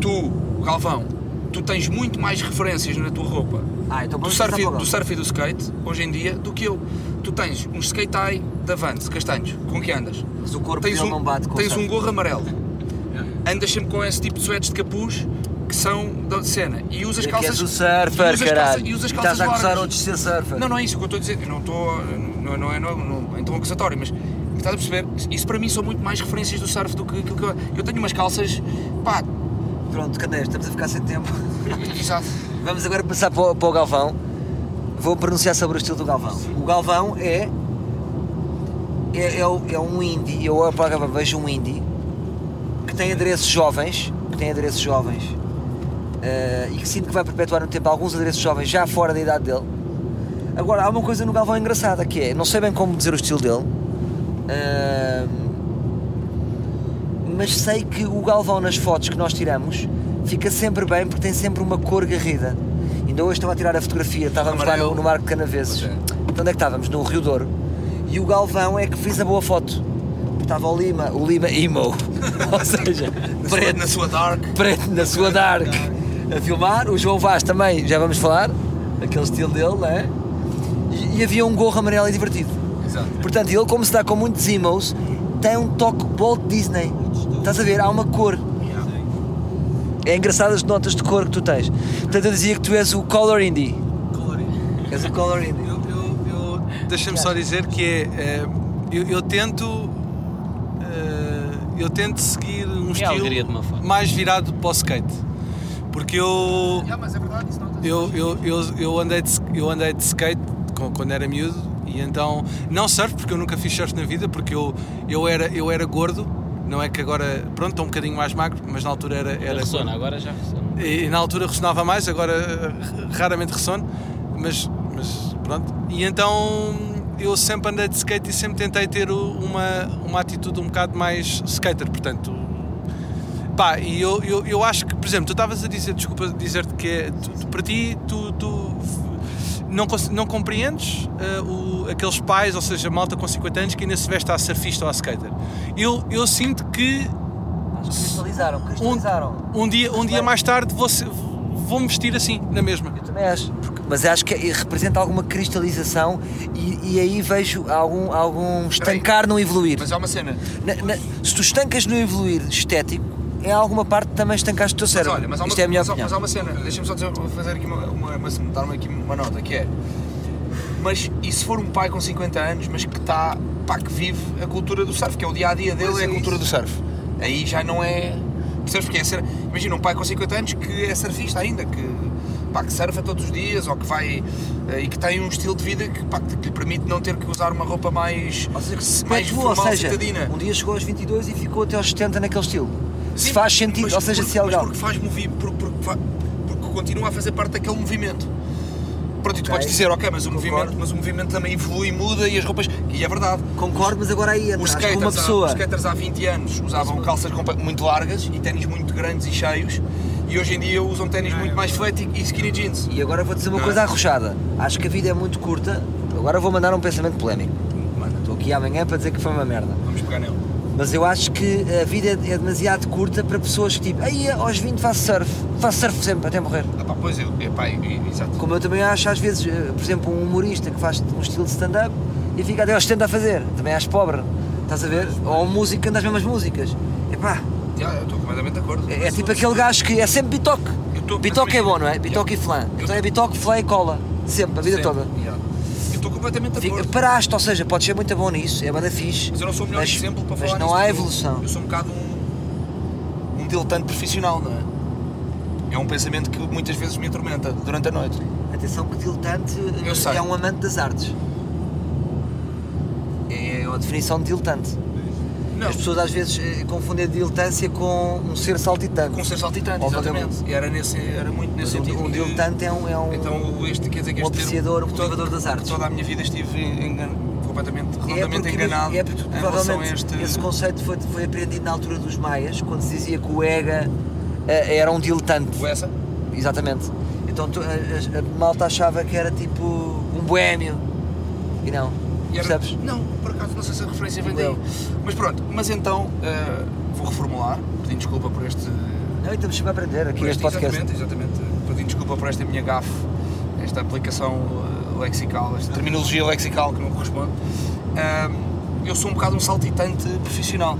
S2: Tu, Galvão, tu tens muito mais referências na tua roupa
S1: ah, então
S2: do
S1: vamos
S2: surf,
S1: passar
S2: e-
S1: para o
S2: do surf e do skate, hoje em dia, do que eu. Tu tens um skate tie da Vans, castanhos, com que andas.
S1: Mas o corpo
S2: Tens
S1: dele
S2: um,
S1: não bate com o
S2: tens um
S1: surf.
S2: gorro amarelo. Andas sempre com esse tipo de suetes de capuz que são da cena. E usas
S1: É que
S2: calças.
S1: és o
S2: e
S1: surfer,
S2: usas calça-
S1: caralho.
S2: e usas
S1: E
S2: calças
S1: Estás a acusar
S2: largas.
S1: outros de ser surfer.
S2: Não, não é isso que eu estou a dizer. Eu não estou. Não, não é não, não, em tom acusatório, mas estás a perceber? Isso para mim são muito mais referências do surf do que aquilo que eu. Eu tenho umas calças. pá,
S1: Pronto, cadê? Estamos a ficar sem tempo.
S2: exato.
S1: Vamos agora passar para, o- para o Galvão. Vou pronunciar sobre o estilo do Galvão. O Galvão é. É, é o- é um indie. Eu olho para o Galvão, vejo um indie que tem adereços jovens. Que tem adereços jovens. eh, e que sinto que vai perpetuar no tempo alguns adereços jovens já fora da idade dele. Agora, há uma coisa no Galvão engraçada que é. Não sei bem como dizer o estilo dele. eh, mas sei que o Galvão nas fotos que nós tiramos fica sempre bem porque tem sempre uma cor garrida. Ainda hoje estava a tirar a fotografia, estávamos lá no,
S2: Amarelo.
S1: no Marco de Canaveses. Então onde é que estávamos? No Rio Douro. E o Galvão é que fez a boa foto. Estava o Lima, o Lima emo. Ou seja,
S2: Preto
S1: preto,
S2: na sua dark.
S1: preto na sua dark a filmar. O João Vaz também, já vamos falar, aquele estilo dele, não é? E, e havia um gorro amarelo e divertido.
S2: Exato.
S1: Portanto, ele, como se dá com muitos emos, tem um toque Walt Disney. Estás a ver? Há uma cor. É engraçado as notas de cor que tu tens. Portanto, eu dizia que tu és o color indie. És o color indie.
S4: Eu, eu, eu- deixa-me só dizer que é, eh, eu, eu tento eh, eu tento seguir um
S5: É a alegria de
S4: estilo
S5: uma foto.
S4: mais virado para o skate porque eu
S2: mas é verdade, isso não
S4: eu, eu, eu, eu, andei de, eu andei de skate co- quando era miúdo e então não surf porque eu nunca fiz surf na vida porque eu, eu, era, eu era gordo não é que agora pronto estou um bocadinho mais magro mas na altura era, era
S5: Ressona, agora já ressona.
S4: e, e na altura ressonava mais, agora eh, raramente ressono, mas, mas pronto. E então eu sempre andei de skate e sempre tentei ter o- uma, uma atitude um bocado mais skater, portanto. Pá, e eu, eu, eu acho que, por exemplo, tu estavas a dizer, desculpa dizer-te que é, tu- tu- para ti, tu, tu f- não, cons- não compreendes eh, o- aqueles pais, ou seja, malta com 50 anos que ainda se veste a surfista ou a skater. Eu, eu sinto que
S1: Acho que cristalizaram, cristalizaram.
S4: um dia, um dia mais tarde vou, se- vou me vestir assim, na mesma.
S1: Eu também acho. Porque- Mas acho que é, representa alguma cristalização e, e aí vejo algum, algum estancar no evoluir.
S2: Mas há uma cena.
S1: Na- na- se tu estancas no evoluir estético, em alguma parte também estancaste o teu
S2: Mas
S1: cérebro.
S2: olha, mas há uma,
S1: Isto é a minha
S2: mas há-
S1: opinião.
S2: mas há uma cena, deixa-me só dizer, vou fazer aqui uma, uma, uma, dar-me aqui uma nota, que é. Mas e se for um pai com 50 anos, mas que está, pá, que vive a cultura do surf, que é o dia a dia dele, é, a cultura do surf. Aí já não é. Percebes porque é ser. Imagina um pai com 50 anos que é surfista ainda, que, pá, que surfa todos os dias ou que vai. eh, e que tem um estilo de vida que, pá, que lhe permite não ter que usar uma roupa mais.
S1: Ou seja, é que se
S2: mais
S1: perpetuou, ou
S2: formal,
S1: seja,
S2: citadina.
S1: um dia chegou aos 22 e ficou até aos 70 naquele estilo. se
S2: Sim,
S1: faz sentido,
S2: mas
S1: ou seja,
S2: porque,
S1: se é
S2: mas
S1: legal.
S2: Porque, faz movi porque, porque, fa- porque continua a fazer parte daquele movimento. Pronto, e tu
S1: Ok.
S2: podes dizer, ok, mas o,
S1: Concordo.
S2: movimento, mas o movimento também evolui, muda e as roupas. E é verdade.
S1: Concordo, mas agora aí entra.
S2: Os
S1: Acho que
S2: skaters,
S1: uma pessoa.
S2: há, os skaters há 20 anos usavam calças compa- muito largas e ténis muito grandes e cheios. E hoje em dia usam ténis
S1: é
S2: muito mais flat e e skinny jeans.
S1: E agora vou dizer uma
S2: Não é?
S1: coisa arrochada. Acho que a vida é muito curta. Agora vou mandar um pensamento polémico.
S2: Mano,
S1: Estou aqui amanhã para dizer que foi uma merda.
S2: vamos pegar nele.
S1: Mas eu acho que a vida é demasiado curta para pessoas que tipo, aí aos 20 faço surf, faço surf sempre até morrer.
S2: Ah, pá, pois eu, é pá, e- e- exato.
S1: Como eu também acho às vezes, eh, por exemplo, um humorista que faz um estilo de stand-up e fica até aos 70 a fazer. Também acho pobre. Estás a ver? Ou um músico que canta as mesmas músicas. Epá,
S2: Já, eu estou completamente de acordo.
S1: É, é tipo aquele gajo que é sempre bitoque.
S2: Eu tô-
S1: Bitoque é
S2: mas-
S1: bom, não é? Bitoque e flan. Então é bitoque, flã e cola. Sempre, a vida
S2: Sim,
S1: toda.
S2: já. Eu estou completamente de
S1: Fica,
S2: acordo.
S1: paraste, ou seja, podes ser muito bom nisso, é banda fixe.
S2: Mas eu não sou o melhor
S1: mas,
S2: exemplo para
S1: Mas
S2: falar
S1: não
S2: nisto,
S1: há
S2: porque
S1: evolução.
S2: Eu, eu sou um bocado um, um diletante profissional, não é? É um pensamento que muitas vezes me atormenta durante a noite.
S1: Atenção que diletante eh,
S2: Eu sei.
S1: é um amante das artes. É a definição de diletante.
S2: Não,
S1: As pessoas às vezes eh, confundem a diletância com um ser saltitante.
S2: com ser saltitante,
S1: Ou
S2: exatamente. E era, nesse, era muito
S1: Mas
S2: nesse
S1: um,
S2: sentido.
S1: um
S2: que-
S1: diletante é um. É um
S2: então, este, quer dizer que
S1: um
S2: este termo-
S1: apreciador, um
S2: que
S1: cultivador
S2: todo-
S1: das
S2: que
S1: artes.
S2: Toda a minha vida estive engan- completamente,
S1: É
S2: redondamente
S1: porque,
S2: enganado.
S1: é porque
S2: em relação a
S1: provavelmente
S2: este...
S1: esse conceito foi, foi aprendido na altura dos maias, quando se dizia que o EGA eh, era um diletante.
S2: Essa?
S1: Exatamente. Então tu- a, a- a malta achava que era tipo um boémio. E não.
S2: E era-
S1: Percebes?
S2: Não, por acaso, não sei se a referência vem
S1: Não.
S2: daí. Mas pronto, mas então, eh, vou reformular, pedindo desculpa por este
S1: Não, e estamos sempre a aprender aqui
S2: Por
S1: neste
S2: este-
S1: podcast.
S2: Exatamente, exatamente. Pedindo desculpa por esta minha gafe, esta aplicação eh, lexical, esta terminologia lexical que não corresponde. Ahm, eu sou um bocado um saltitante profissional.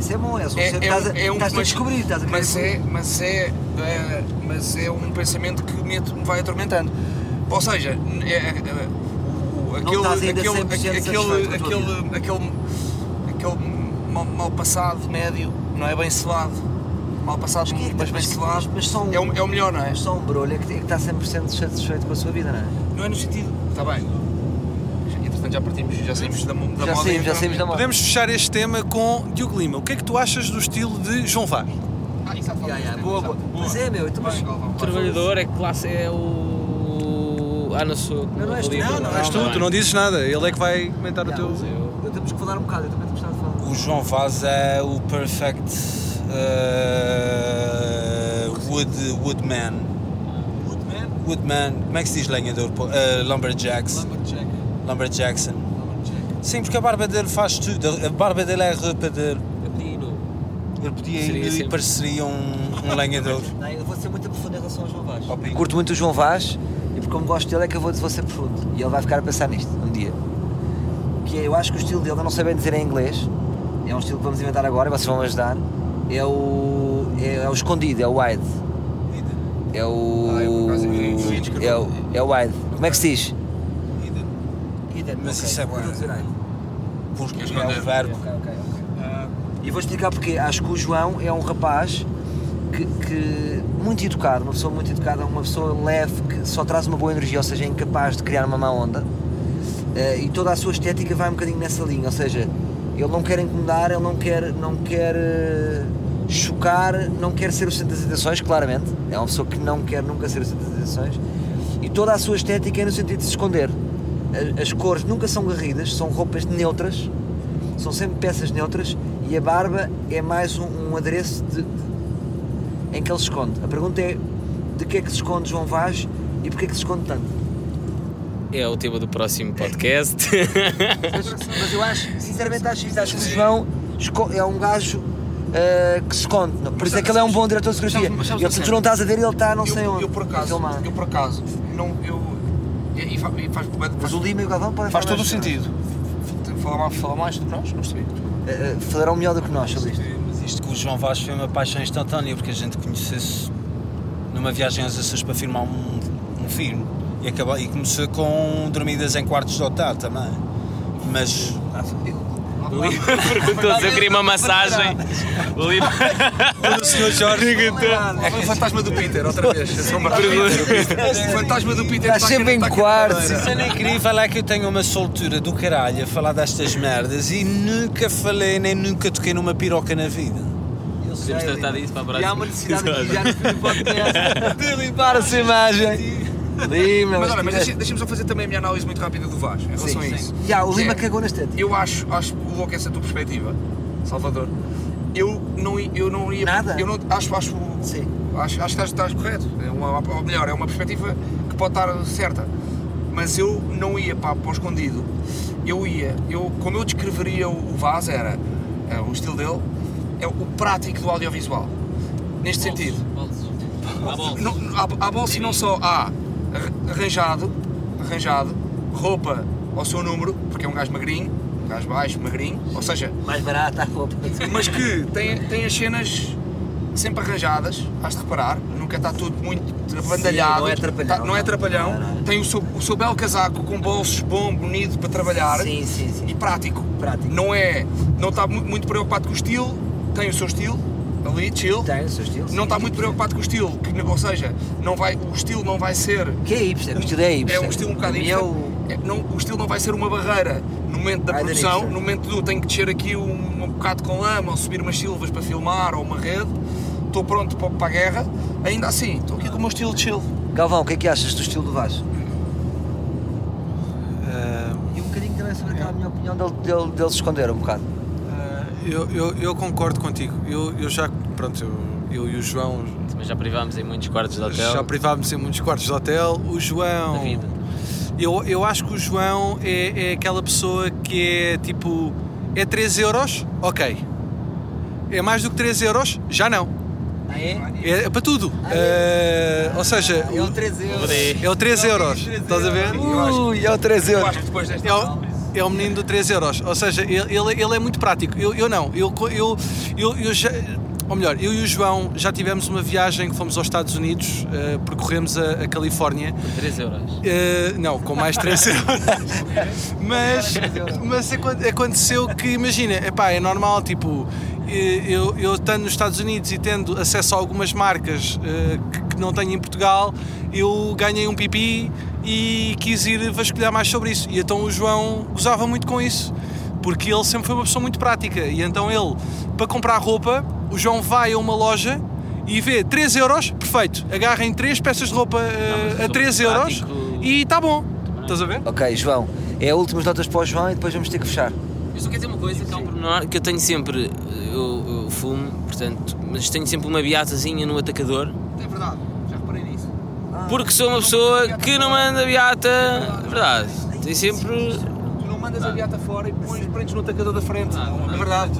S1: Isso é bom, é só
S2: É-
S1: ser-
S2: é
S1: estás,
S2: um-
S1: a-
S2: é um-
S1: estás a
S2: mas-
S1: descobrir, estás a
S2: Mas
S1: querer
S2: é, mas é, eh, mas é um pensamento que me, at- me vai atormentando. Ou seja, é, é, é, o- o- aquele,
S1: estás
S2: aquele,
S1: ainda 100%
S2: aquele,
S1: satisfeito
S2: aquele,
S1: com a tua
S2: aquele, aquele mal, mal passado médio, não é bem selado. mal passado,
S1: Mas quem é que
S2: mas bem
S1: mas-
S2: selado.
S1: mas só um-
S2: É o, é o melhor, não é?
S1: Mas só um brolho é que, é que está 100% satisfeito com a sua vida, não é?
S2: Não é no sentido. Está bem. Entretanto, já partimos, já saímos da, mo- da
S1: já
S2: moda.
S1: saímos, já
S2: então-
S1: saímos da moda.
S4: Podemos fechar este tema com Diogo Lima. O que é que tu achas do estilo de João Vaz?
S2: Ah, exato,
S1: Ya, ya,
S2: exato,
S1: boa, boa.
S2: exato,
S1: Mas é, meu, então, mas-
S2: Vai, Galvão, vai.
S5: Trabalhador é classe, é o. Ah, não sou.
S1: Não, não és tu.
S5: vou
S1: Não, não
S5: dizer.
S1: és
S4: Tu, tu não dizes nada, ele é que vai comentar o
S1: Já,
S4: teu.
S1: mas eu- Temos que falar um bocado, eu também tenho gostado de falar.
S3: O João Vaz é o perfect eh, wood, woodman.
S6: Woodman,
S3: Woodman, como é que se diz lenhador? pô? Eh, lumberjacks.
S6: Lumberjack,
S3: Lumberjackson.
S6: Lumberjack.
S3: Sim, porque a barba dele faz tudo. A barba dele é a roupa dele.
S5: Menino.
S3: Ele podia
S5: Seria
S3: ir e
S5: sempre.
S3: pareceria um, um lenhador.
S1: Não, eu vou ser muito profundo em relação ao João Vaz. Curto muito o João Vaz e porque como gosto dele é que eu vou, vou ser profundo. E ele vai ficar a pensar nisto um dia. Que é, eu acho que o estilo dele, eu não sei bem dizer em inglês, é um estilo que vamos inventar agora e vocês vão me ajudar. É o. É, é o escondido, é o wide. É o.
S2: Ah, eu por acaso eu ia- eu ia descrever.
S1: é o, é o wide. Como é que se diz? Hidden.
S3: Mas isso é bué.
S1: bom.
S3: Porque
S2: Queres
S3: é
S2: esconder?
S3: o verbo.
S1: Ok, ok, ok. Ah, E vou explicar porque acho que o João é um rapaz que, que- muito educado, uma pessoa muito educada, uma pessoa leve que só traz uma boa energia, ou seja, é incapaz de criar uma má onda. Eh, e toda a sua estética vai um bocadinho nessa linha, ou seja, ele não quer incomodar, ele não quer, não quer eh, chocar, não quer ser o centro das atenções, claramente. É uma pessoa que não quer nunca ser o centro das atenções. E toda a sua estética é no sentido de se esconder. A- As cores nunca são garridas, são roupas neutras, são sempre peças neutras e a barba é mais um, um adereço de- de- em que ele se esconde. A pergunta é de que é que se esconde João Vaz e porquê é que se esconde tanto?
S5: É o tema do próximo podcast.
S1: Mas eu acho, sinceramente acho isso, acho que o João esco- é um gajo ah, que se esconde. não? Por isso é que ele é um bom diretor de fotografia.
S2: Mas sabes- mas sabes
S1: Ele,
S2: a
S1: se tu
S2: cena?
S1: não estás a ver, ele está não sei
S2: eu,
S1: onde.
S2: eu por
S1: a
S2: acaso,
S1: é filmar.
S2: eu por acaso, não, eu. E, e fa- e faz,
S1: Mas
S2: faz,
S1: o Lima e o Galvão podem
S2: faz
S1: falar é?
S2: todo o
S1: mais.
S2: sentido. Falar mais, falar mais de nós, não percebi.
S1: Ah, ah, falarão melhor do que nós sobre isto.
S3: Mas isto com o João Vaz foi uma paixão instantânea, porque a gente conhecesse numa viagem aos Açores para filmar um, um filme. E, acabou, e começou com dormidas em quartos de hotel também. Mas
S5: O Lima perguntou se eu queria uma massagem. O Lima
S1: é.
S3: o senhor Jorge
S1: então. Ah,
S2: É o fantasma do Peter, outra vez. Eu sou um uma O fantasma do Peter
S1: Está sempre em quartos.
S3: A cena incrível é que eu tenho uma soltura do caralho a falar destas merdas e nunca falei nem nunca toquei numa piroca na vida.
S1: Eu sei,
S5: Podemos tratar
S1: Lima.
S5: disso para a
S1: E
S5: próxima.
S1: há uma necessidade aqui
S5: episódio.
S1: já no podcast de limpar essa imagem. Lima,
S2: Mas olha, mas deixa- deixa-me só fazer também a minha análise muito rápida do Vasco em relação a isso.
S1: Já, o
S2: Que
S1: Lima
S2: é,
S1: cagou na estética.
S2: Eu acho, acho louco essa tua perspectiva, Salvador. Eu não, i- eu não ia.
S1: Nada?
S2: Eu não, acho, acho,
S1: Sim.
S2: acho, acho que estás, estás correto. É uma, ou melhor, é uma perspectiva que pode estar certa. Mas eu não ia para, para o escondido. Eu ia, eu, como eu descreveria o o Vaz, era é, o estilo dele, é o prático do audiovisual. Neste sentido.
S5: Bolsos. Há bolsos.
S2: Não, há, há bolsa e não só há ar- arranjado, arranjado, roupa ao seu número, porque é um gajo magrinho, um gajo baixo, magrinho, ou seja,
S1: Mais barata a roupa.
S2: mas que tem, tem as cenas sempre arranjadas, has de reparar, nunca está tudo muito abandalhado,
S1: não é trapalhão,
S2: tá- não é
S1: não.
S2: trapalhão,
S1: Não, não.
S2: tem o seu, o seu belo casaco com bolsos bom, bonito para trabalhar
S1: Sim, sim, sim.
S2: e prático.
S1: Prático.
S2: Não é, não está mu- muito preocupado com o estilo, tem o seu estilo, ali, chill,
S1: Tem o seu estilo. sim.
S2: não está muito preocupado com o estilo, que, ou seja, não vai, o estilo não vai ser.
S1: Que é hipster, o estilo é hipster.
S2: É um estilo um bocado
S1: Para mim
S2: hipster.
S1: É o...
S2: É, não, o estilo não vai ser uma barreira no momento da
S1: Ai, da
S2: produção,
S1: hipster.
S2: no momento do tenho que descer aqui um, um bocado com lama ou subir umas silvas para filmar ou uma rede, estou pronto para, para a guerra, ainda assim, estou aqui com o meu estilo chill.
S1: Galvão, o que é que achas do estilo do Vaz? E um bocadinho também sobre aquela minha opinião dele, dele, dele se esconder um bocado.
S4: Eu, eu, eu concordo contigo. Eu, eu já. Pronto, eu, eu e o João
S5: Mas já privámos em muitos quartos de hotel.
S4: já privámos em muitos quartos de hotel. O João.
S5: Da vida.
S4: Eu, eu acho que o João é, é aquela pessoa que é tipo. É 3 euros? Ok. É mais do que 3 euros? Já não.
S1: Ah, é?
S4: É para tudo. Eh, ou seja,
S1: É o 3 euros.
S5: Poder.
S4: é o 3 euros. Estás a ver?
S1: Ui, é o 3
S2: Eu
S1: euros.
S2: acho que depois desta
S4: É o, é o menino do 3 euros. Ou seja, ele, ele, ele é muito prático. Eu, eu não. Eu, co- eu, eu, eu já, ou melhor, eu e o João já tivemos uma viagem que fomos aos Estados Unidos, eh, percorremos a, a Califórnia.
S5: 3 euros.
S4: Eh, não, com mais 3 euros. mas mas aco- aconteceu que, imagina, epá, é normal, tipo, e- eu, eu estando nos Estados Unidos e tendo acesso a algumas marcas eh, que, que não tenho em Portugal, eu ganhei um pipi e quis ir vasculhar mais sobre isso. E então o João gozava muito com isso, porque ele sempre foi uma pessoa muito prática. E então ele, para comprar roupa, o João vai a uma loja e vê 3 euros, perfeito, agarrem 3 peças de roupa eh,
S5: Não, mas eu
S4: a
S5: sou
S4: 3 euros
S5: prático.
S4: e está bom. Estás a ver?
S1: Ok, João, é últimas notas para o João e depois vamos ter que fechar.
S5: Eu só quero dizer uma coisa que é um pormenor que eu tenho sempre. Eu, eu fumo, portanto, mas tenho sempre uma beatazinha no atacador.
S2: É verdade, já reparei nisso.
S1: Ah.
S5: Porque sou uma pessoa que não manda beata. é Verdade. Tem sempre.
S2: Tu não mandas a beata fora e pões, prendes no atacador da frente.
S3: É verdade.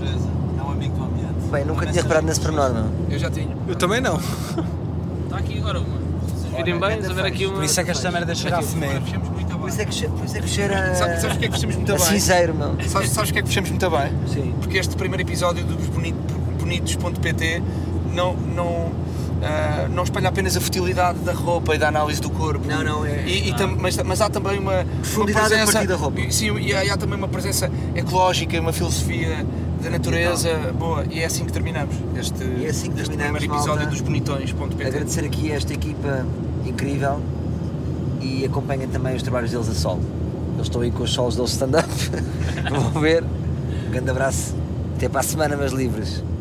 S3: É um amigo do ambiente.
S1: Bem, nunca tinha reparado nesse pormenor, não.
S2: Eu já tinha.
S4: Eu também não.
S5: Está aqui agora uma. Se vocês virem bem, se houver aqui uma.
S3: Por isso é que esta merda cheira a fumar.
S2: Fechamos muito a
S1: Por
S2: bem.
S1: isso é que, che- por isso é que cheira
S2: Sabe- Sabes o que é que fechamos muito
S1: a
S2: bem?
S1: cinzeiro, meu.
S2: Sabes, sabes o que é que fechamos muito bem?
S1: Sim.
S2: Porque este primeiro episódio dos boni- bonitos.pt não, não, ah, não espalha apenas a futilidade da roupa e da análise do corpo.
S1: Não, não, é-
S2: E- e tam- mas, mas há também uma, uma
S1: Profundidade a
S2: presença.
S1: partir da roupa.
S2: e- Sim, e há, e há também uma presença ecológica, uma filosofia da natureza boa. E é assim que terminamos este,
S1: Então. E é assim que
S2: este
S1: terminamos,
S2: primeiro
S1: malta.
S2: episódio dos bonitões.pt.
S1: Agradecer aqui a esta equipa incrível e acompanhem também os trabalhos deles a solo. Eles estão aí com os solos deles stand-up. Vão ver. Um grande abraço. Até para a semana, meus livres.